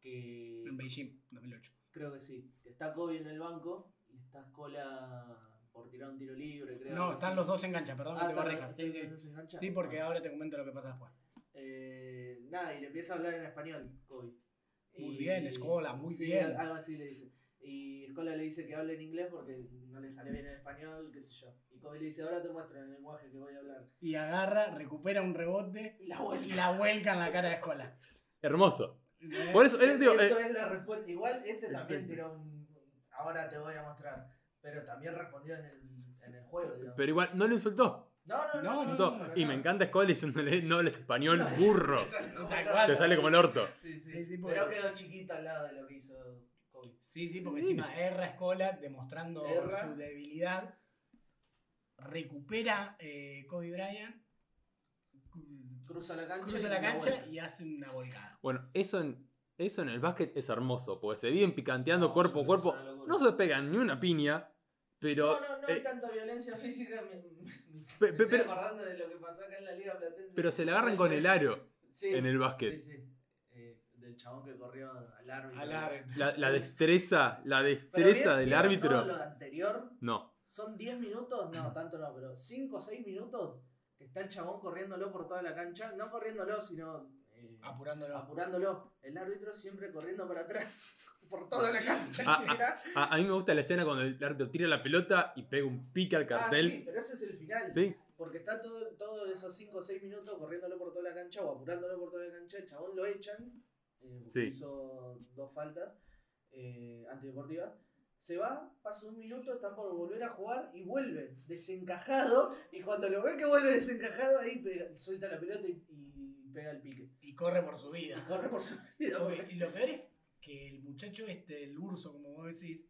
D: que
B: En Beijing, 2008.
D: creo que sí, que está Kobe en el banco y está Scola por tirar un tiro libre, creo.
B: No,
D: algo
B: están
D: así.
B: los dos en cancha, perdón, que
D: Ah,
B: te
D: están los-
B: corrija. Sí,
D: están
B: sí.
D: los dos en cancha.
B: Sí, porque ahora te comento lo que pasa después.
D: Eh, nada, y le empieza a hablar en español, Kobe.
B: Muy
D: Y-
B: bien, Escola, muy
D: sí,
B: bien.
D: al- Algo así le dice. Y Escola le dice que hable en inglés porque no le sale bien en español, qué sé yo. Y Kobe le dice, ahora te muestro el lenguaje que voy a hablar.
B: Y agarra, recupera un rebote
D: Y la
B: y
D: vuelta.
B: la vuelca en la cara de escuela.
C: Hermoso. Por eso, eh, digo, eh,
D: Eso es la respuesta. Igual este también
C: Perfecto.
D: tiró un... Ahora te voy a mostrar. Pero también respondió en el, en el juego, digamos.
C: pero igual, no lo insultó.
D: No, no, no.
B: No,
C: Insultó.
D: para
C: y me
D: nada.
C: encanta Scully diciéndole, no hables español,
D: No,
C: burro.
B: Tal
D: (laughs) Te sale como el orto.
B: cual.
C: Te sale como el orto.
D: Sí, sí.
B: Sí, sí, porque-
D: pero quedó chiquito al lado de lo que hizo Kobe.
B: Sí, sí, porque
C: Sí.
B: encima erra Escola demostrando
D: Erra.
B: su debilidad. Recupera eh, Kobe Bryant, cu-
D: Cruza la cancha.
B: cruza
D: y
B: la
D: da
B: cancha
D: vuelta.
B: y hace una volcada.
C: Bueno, eso en, Eso en el básquet es hermoso, porque se viven picanteando
D: No,
C: cuerpo a
D: es
C: cuerpo.
D: una locura.
C: No se pegan ni una piña, pero.
D: no, no, no
C: eh,
D: hay tanta violencia física. Me, (laughs) me
C: pe-
D: estoy
C: pero-
D: acordando de lo que pasó acá en la Liga Platense.
C: pero se la agarran con el aro
D: Sí,
C: en el
D: sí,
C: básquet.
D: sí. Eh, del chabón que corrió al árbitro.
B: Al árbitro.
D: eh.
C: La, la destreza, la
D: Pero
C: destreza
D: bien,
C: del
D: ¿vieron Todo lo
C: árbitro. Mm.
D: anterior
C: No.
D: son 10 minutos, no, tanto no, pero 5 o 6 minutos que está el chabón corriéndolo por toda la cancha. No corriéndolo, sino eh,
B: Apurándolo.
D: apurándolo. El árbitro siempre corriendo para atrás, (laughs)
B: Pues
D: por toda la cancha.
C: Ah, ah,
D: Mirá.
C: A, a mí me gusta la escena cuando el árbitro tira la pelota y pega un pique al
D: Ah, sí,
C: cartel.
D: pero ese es el final.
C: Sí.
D: Porque está todo, todos esos 5 o 6 minutos corriéndolo por toda la cancha o apurándolo por toda la cancha. El chabón lo echan. eh,
C: Sí.
D: Hizo dos faltas eh, antideportivas. Se va, pasa un minuto, están por volver a jugar y vuelve desencajado. Y cuando lo ve que vuelve desencajado, ahí pega- suelta la pelota y, y pega el pique.
B: Y corre por su
D: Y
B: vida.
D: corre por su vida.
B: Y lo peor es que el muchacho este, el urso, como vos decís,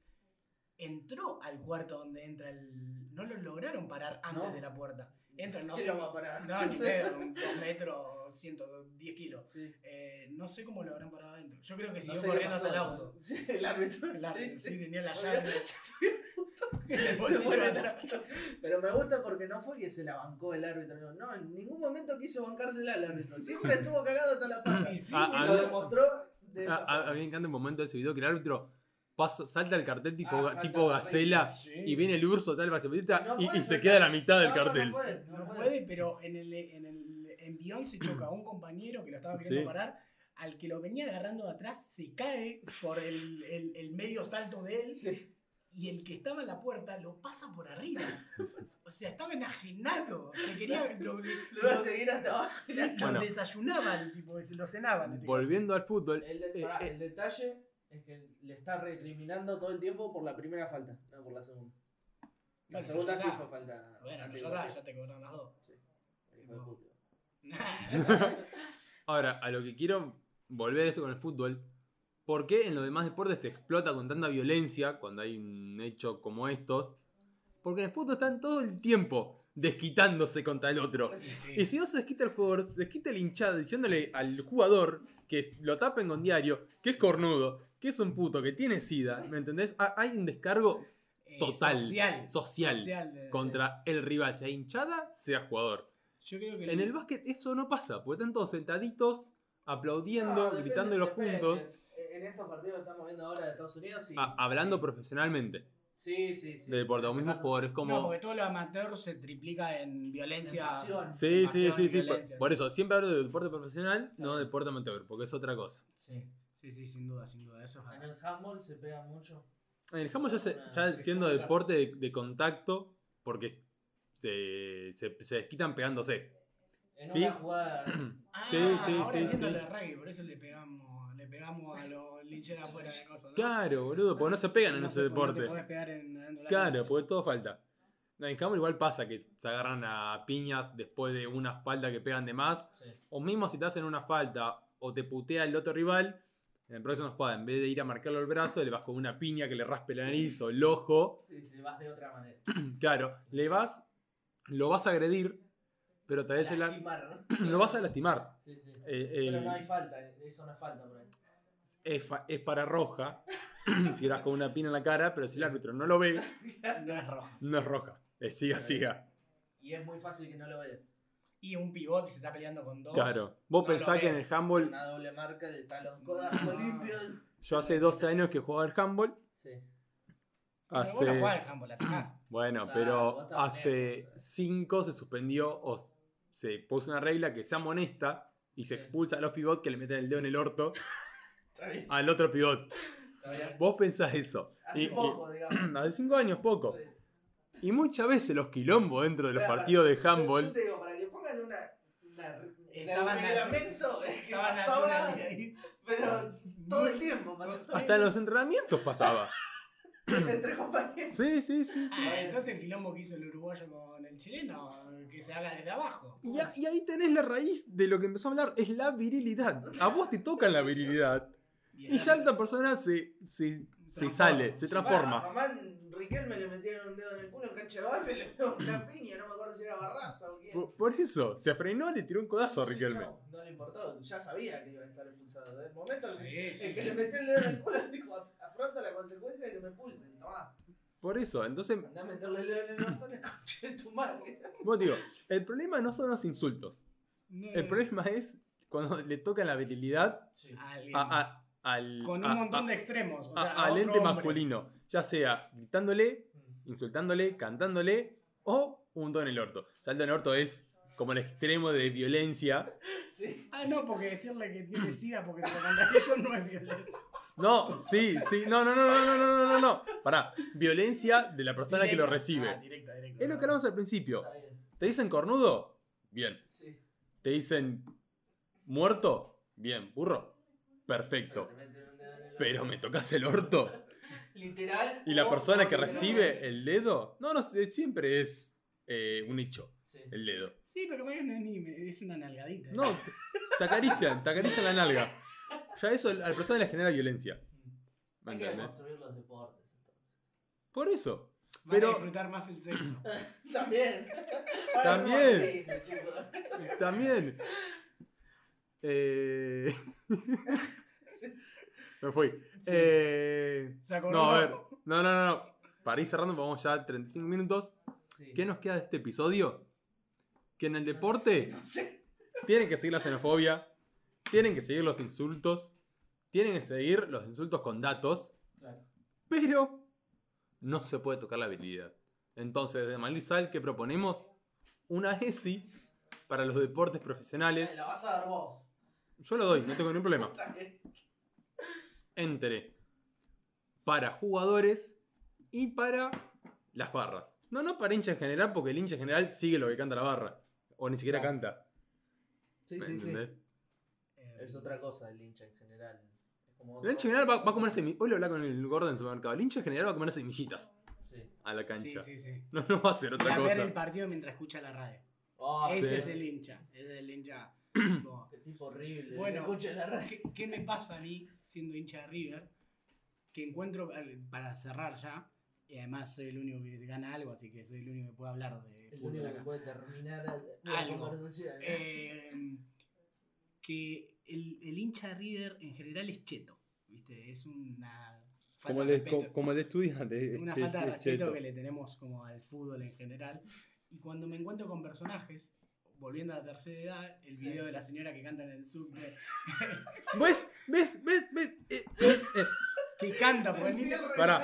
B: entró al cuarto donde entra el... No lo lograron parar antes
D: No.
B: de la
D: (laughs)
B: puerta. Entra, no
D: ¿Qué
B: sé-
D: lo va a parar?
B: No, ni pedo, dos metros, 110 kilos.
D: (laughs) Sí.
B: Eh, no sé cómo lo habrán parado adentro. Yo creo que Pues
D: No
B: siguió
D: sé qué
B: corriendo hasta el
D: pasó,
B: auto. (laughs)
D: ¿no? (laughs) Sí, el árbitro.
B: El árbitro, sí, tenía
D: se
B: la
D: subió-
B: llave.
D: (laughs) se subió
B: En el
D: Se
B: bolsillo
D: fue
B: de
D: el
B: atrás.
D: (laughs)
B: (laughs)
D: Pero me gusta porque no fue que se la bancó el árbitro. No, en ningún momento quiso bancársela al árbitro.
C: (laughs)
D: Siempre estuvo cagado hasta la pata.
B: Y sí,
C: Ah,
B: boludo.
C: ah,
D: Lo demostró de
C: A,
D: esa
C: a- a
D: forma.
C: mí me encanta el momento de ese video que el árbitro pasa, salta al cartel tipo,
D: Ah,
C: ga-
D: salta
C: tipo
D: la
C: gacela
B: Sí.
C: y viene el urso tal basquetbolista
D: No
C: y,
D: puede
C: y se
D: saltar.
C: queda a la mitad del
D: No, no, no
C: cartel.
D: puede.
B: No puede, pero en el, en el envión se choca a un compañero que lo estaba queriendo
C: Sí.
B: parar. Al que lo venía agarrando de atrás se cae por el, el- el medio salto de él.
D: Sí.
B: Y el que estaba en la puerta lo pasa por arriba. O sea, estaba enajenado. Se quería. Lo,
D: Lo va a
B: lo-
D: seguir hasta abajo.
B: sí, lo
C: Bueno.
B: desayunaban, tipo, lo cenaban. en este
C: Volviendo al fútbol,
D: El, de-
C: Eh,
D: pará,
C: eh.
D: el detalle es que le está recriminando todo el tiempo por la primera falta, no por la segunda. La
B: Bueno,
D: segunda
B: ya
D: sí
B: está.
D: fue falta.
B: caso. Bueno, ya,
D: antideportiva.
B: está, ya te cobraron las dos.
D: Hijo de puta.
C: ahora a lo que quiero volver esto con el fútbol, ¿por qué en los demás deportes se explota con tanta violencia cuando hay un hecho como estos? Porque en el fútbol están todo el tiempo desquitándose contra el otro.
B: Sí,
C: Y si no se desquita el jugador, se desquita el hinchada diciéndole al jugador que lo tapen con diario, que es cornudo, que es un puto, que tiene sida, ¿me entendés? Ha- Hay un descargo
B: Eh,
C: total,
B: Social.
C: social,
B: de-
C: contra el rival, sea hinchada, sea jugador.
B: Yo creo que.
C: En el básquet eso no pasa, porque están todos sentaditos, aplaudiendo,
D: No,
C: gritando los
D: depende,
C: puntos,
D: depende. En estos partidos que estamos viendo ahora de Estados Unidos, y
C: a- hablando profesionalmente
D: Sí, sí, sí.
C: de deporte, los mismos
D: Sacándose-
C: jugadores como...
B: No, porque todo lo amateur se triplica en violencia.
D: En pasión.
C: Sí, sí,
B: Pasión,
C: sí, sí.
B: violencia.
C: Por, por eso, siempre hablo de deporte profesional, no de deporte amateur, porque es otra cosa.
B: Sí, sí, sí, sin duda, sin duda. Eso es
D: En
B: verdad.
D: el handball se pega mucho.
C: En el handball ya, se-
B: Ah,
D: Una
C: ya siendo
D: pistola.
C: deporte de, de contacto, porque se, se, se
B: (coughs)
C: desquitan pegándose.
D: En
C: Sí.
D: una jugada.
B: Ah,
C: Sí, sí,
B: ahora
C: sí,
B: entiendo
C: sí.
B: lo de rugby, por eso le pegamos, le pegamos a (laughs) los lincheros afuera de cosas. ¿no?
C: Claro, boludo, porque no se pegan en
B: No
C: ese
B: se- no
C: deporte.
B: te podés pegar en- adentro de la
C: Claro, pues.
B: cancha.
C: porque todo falta. No, En el handball igual pasa que se agarran a piñas después de una falta que pegan de más.
D: Sí.
C: O mismo si te hacen una falta o te putea el otro rival, en el próximo jugada, en vez de ir a marcarlo el brazo, le vas con una piña que le raspe la nariz o el ojo.
D: sí, sí, vas de otra manera.
C: Claro, le vas, lo vas a agredir, pero tal vez el ar-
D: Lastimar,
C: (clears throat) lo vas a lastimar.
D: Sí, sí.
C: Eh,
D: Pero
C: el-
D: no hay falta, eso no es falta por ahí.
C: es, fa- es para roja, (clears throat) si eras con una pina en la cara, pero si el árbitro no lo ve,
B: No es rojo.
C: no es roja. Es siga, siga.
D: Y es muy fácil que no lo veas.
B: Y un pivot que se está peleando con dos.
C: Claro. Vos
B: No
C: pensás
B: lo
C: que en
B: ves.
C: el handball,
D: Una doble marca, están los codazos
B: No.
D: limpios.
C: yo hace 12 años que jugaba al handball.
D: Sí.
B: Pero vos no
C: Hace-
B: jugás al handball, la atajás.
C: Bueno,
D: Claro, Ah, vos
C: pero
D: estás
C: hace
D: lejos.
C: 5 se suspendió o s- se puso una regla que se amonesta y se
D: Sí.
C: expulsa a los pivots que le meten el dedo en el orto
D: Está bien,
C: al otro pivot.
D: está bien.
C: Vos pensás eso.
D: Hace
C: Y- y-
D: poco, digamos.
C: Hace cinco años poco.
D: Sí.
C: Y muchas veces los quilombos dentro de los
D: Pará,
C: partidos de
D: pará. Yo- Yo,
C: handball.
D: te digo, para que pongan una. una en el
B: Estaban-
D: reglamento es que
B: Estaban
D: pasaba,
B: natural ahí.
D: pero (coughs) todo el tiempo pasaba.
C: Ah. Hasta en los entrenamientos pasaba.
D: (laughs) Entre compañeros.
C: Sí, sí, sí. sí.
B: Ah, entonces el quilombo que hizo el uruguayo con el chileno, que se haga desde abajo.
C: Y, a- y ahí tenés la raíz de lo que empezó a hablar, es la virilidad. A vos te tocan la virilidad.
B: el
C: Y ya
B: árbitro-
C: esta persona se, se, se
B: Transforma.
C: sale, se
D: A
C: transforma.
D: Román Riquelme le metieron un dedo en el culo en cancha de golf y le pegó
C: (laughs)
D: una piña, no me acuerdo si era Barraza o quién.
C: Por, por eso, se frenó, le tiró un codazo a
D: Sí,
C: Riquelme.
D: chao, No le importó, ya sabía que iba a estar expulsado. Desde el momento en que-
B: Sí, sí,
D: en que
B: sí.
D: le metió el dedo en el culo, (laughs) dijo: Afronto la consecuencia de que me expulsen. Tomá,
C: Por eso, entonces,
D: andá a meterle el dedo en el orto (laughs) en el coche de tu madre.
C: vos digo, el problema no son los insultos.
B: No,
C: El
B: no.
C: problema es cuando le tocan la virilidad
D: Sí.
B: Alguien
C: a-
B: más.
C: a- al,
B: con un
C: a-
B: montón
C: a-
B: de extremos. o
C: a-
B: sea, a
C: ah, al
B: otro
C: ente
B: hombre.
C: masculino, ya sea gritándole, insultándole, cantándole o un don en el orto. Ya el don en el orto es como el extremo de violencia.
D: Sí.
B: Ah, no, porque decirle que tiene (clears throat) sida porque se lo contagió no es violento.
C: No, sí, sí, no, no, no, no, no, no, no, no, no. Pará, violencia de la persona que lo
B: Directa. Ah,
C: recibe.
B: directa, directa.
C: Es lo que hablamos al principio.
D: Está bien.
C: ¿Te dicen cornudo? Bien.
D: Sí.
C: ¿Te dicen muerto? Bien. ¿Burro?
D: Pero
C: Perfecto.
D: te meten un dedo en el orto.
C: Pero me tocas el orto.
D: Literal.
C: Y la
D: o
C: persona que
D: literal.
C: recibe el dedo, no, no, sé, siempre es eh, un hecho,
D: Sí.
C: el dedo.
B: Sí, pero bueno, no es ni me- es una nalgadita.
C: No, te acarician, te acarician la nalga. Ya eso a la persona le genera violencia. ¿Me
D: Hay que
C: entendés?
D: construir los deportes. entonces.
C: Por eso.
B: Van
C: pero-
B: a disfrutar más el
C: (clears throat)
B: sexo.
D: También. Ahora
C: También.
D: somos felices, chicos.
C: También. Eh, (laughs)
D: Sí.
C: Me fui.
D: Sí.
C: Eh,
B: O sea, con
C: No,
B: uno-
C: a ver. No, no, no, no. Para ir cerrando, vamos ya a 35 minutos.
D: Sí.
C: ¿Qué nos queda de este episodio? Que en el deporte.
D: No sé.
C: Tienen que seguir la xenofobia. Tienen que seguir los insultos. Tienen que seguir los insultos con datos.
D: Claro.
C: Pero no se puede tocar la habilidad. Entonces, desde Malizal, que proponemos? Una ESI para los deportes
D: Eh,
C: profesionales.
D: La vas a dar vos.
C: Yo lo doy, no tengo ningún problema.
D: (laughs) Está bien.
C: Entre para jugadores y para las barras. No, no para hincha en general, porque el hincha en general sigue lo que canta la barra. O ni siquiera
D: Claro.
C: canta.
D: Sí,
C: ¿me
D: sí, sí.
C: entendés?
B: Eh,
D: Es otra cosa el hincha en general. Es como
C: El
D: otro-
C: hincha general va, va a comer semillitas. Hoy lo hablaba con el gordo en el supermercado. El hincha general va a comer semillitas
D: Sí.
C: a la cancha.
B: Sí, sí, sí.
C: No, no va a ser
B: Y
C: otra
B: a ver el
C: cosa.
B: partido mientras escucha la radio.
D: Ah,
B: Ese
C: sí.
B: es el hincha. Ese es el
C: (clears throat)
B: hincha. tipo,
D: Qué tipo horrible.
B: Bueno.
D: escucha la radio.
B: ¿Qué, qué me pasa a mí siendo hincha de River? Que encuentro, al- para cerrar ya, y además soy el único que gana algo, así que soy el único que puede hablar de
D: El
B: fútbol
D: único que
B: acá.
D: puede terminar
B: (laughs)
D: la
B: Algo.
D: conversación.
B: Eh, que el, el hincha de River en general es cheto, ¿viste? Es una falta de eh, respeto.
C: estudiante.
B: una falta de respeto que le tenemos como al fútbol en general. Y cuando me encuentro con personajes, volviendo a la tercera edad, el
D: Sí.
B: video de la señora que canta en el subte,
C: ¿Ves? ¿Ves? ¿Ves? ¿Ves? Eh, eh, eh.
B: que canta por el niño,
C: Pará.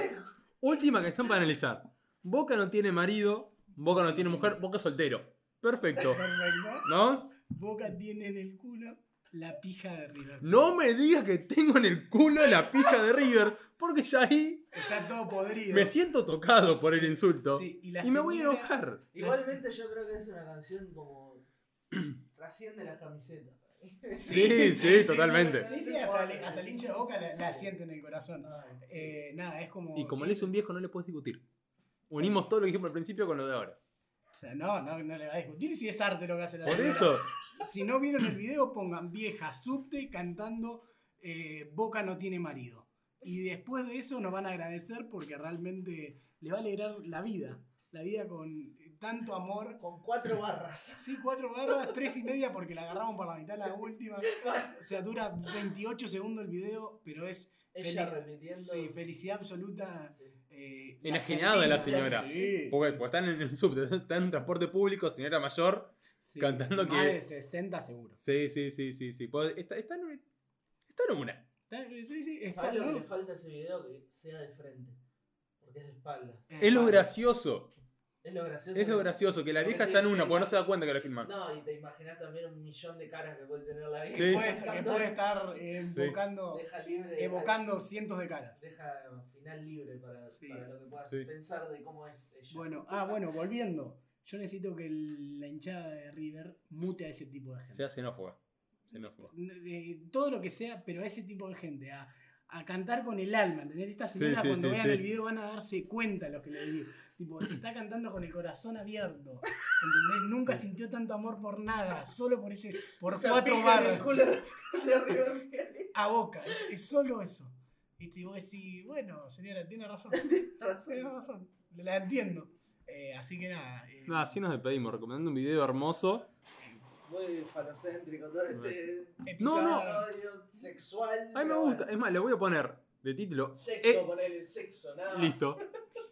C: Última canción para analizar. Boca no tiene marido, Boca no tiene mujer, Boca es soltero. Perfecto.
B: perfecto.
C: ¿No?
B: Boca tiene en el culo la pija de River.
C: No me digas que tengo en el culo la pija de River, porque ya ahí
B: Está todo podrido.
C: me siento tocado por el insulto.
B: Sí, y, la
C: Y me voy a
B: señora-
C: enojar.
D: Igualmente yo creo que es una canción
B: (clears throat)
D: como trasciende las camisetas.
C: Sí, sí, totalmente.
B: Sí, sí, hasta, el- hasta el hincha de Boca la, la siente en el corazón.
D: Ay.
B: Eh, nada, es como...
C: Y como le hizo un viejo, no le puedes discutir. Unimos todo lo que dijimos al principio con lo de ahora.
B: O sea, no, no, no le va a discutir si es arte lo que hace la
C: Por
B: señora.
C: eso,
B: Si no vieron el video, pongan vieja subte cantando eh, Boca no tiene marido. Y después de eso nos van a agradecer porque realmente le va a alegrar la vida. La vida con tanto amor.
D: Con cuatro barras.
B: Sí, cuatro barras, tres y media porque la agarramos por la mitad la última. O sea, dura 28 segundos el video, pero es
D: Ella
B: Feliz-
D: repitiendo.
B: sí, felicidad absoluta.
D: Sí.
B: eh,
C: Enajenada de la
B: Argentina.
C: señora.
B: Sí.
C: porque, porque están en el subte, (laughs) están en transporte público, señora mayor.
B: Sí,
C: Cantando
B: más
C: que-
B: de 60 seguro.
C: Sí, sí, sí, sí, sí. Pues Está, está en una- está en una.
B: Está- sí, sí, está-
D: ¿Sabes lo que
B: no,
D: le falta a ese video? Que sea de frente. Porque es de espaldas.
B: eh,
C: Es lo
B: vale.
C: gracioso.
D: Es lo gracioso.
C: Es lo
D: que-
C: gracioso, que la vieja está en una, porque no se da cuenta que la filman.
D: No, y te imaginas también un millón de caras que puede tener la vieja. (laughs)
C: Sí.
B: Puede estar- que
D: Cantando
B: puede
D: eso.
B: estar eh, invocando-
D: Deja libre.
B: evocando cientos de caras.
D: Deja final libre para,
B: Sí.
D: para lo que puedas
C: Sí.
D: pensar de cómo es ella.
B: Bueno, ah, bueno, volviendo. Yo necesito que el- la hinchada de River mute a ese tipo de gente.
C: Sea xenófoba. Xenófoba.
B: Eh, todo lo que sea, pero a ese tipo de gente, a, a cantar con el alma, ¿entendés? Esta
C: Sí,
B: señora
C: sí,
B: cuando
C: sí,
B: vean
C: sí.
B: el video van a darse cuenta lo que le digo. Tipo, te está cantando con el corazón abierto. ¿Entendés? Nunca sintió tanto amor por nada, solo por ese,
D: (laughs)
B: por
D: Esa
B: cuatro
D: pija en el
B: barras.
D: culo de- de River
B: (laughs)
D: Plate.
B: A boca, es solo eso. ¿Viste? Y vos decís, bueno, señora, tiene
D: (laughs)
B: razón. Tiene
D: Razón.
B: razón. La entiendo. Eh, así que nada. eh,
C: Nada, así nos despedimos, recomendando un video hermoso.
D: Muy falocéntrico todo este
B: episodio-
C: No.
D: episodio sexual.
C: A mí me
D: pero
C: gusta,
D: bueno.
C: es más, le voy a poner de título.
D: Sexo,
C: Eh,
D: ponele sexo, nada.
C: listo,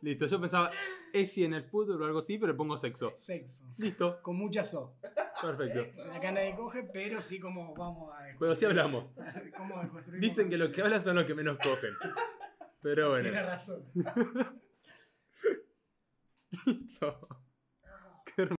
C: listo. Yo pensaba, es si en el fútbol o algo así, pero le pongo sexo.
B: Sexo. (laughs)
C: Listo,
B: Con muchas O.
C: perfecto.
D: Sexo.
B: Acá nadie coge, pero sí como vamos a
C: Pero sí hablamos.
B: (laughs)
C: (laughs)
B: ¿Cómo deconstruimos?
C: Dicen que los que hablan son los que menos cogen. Pero bueno.
B: Tiene razón.
C: (laughs) listo.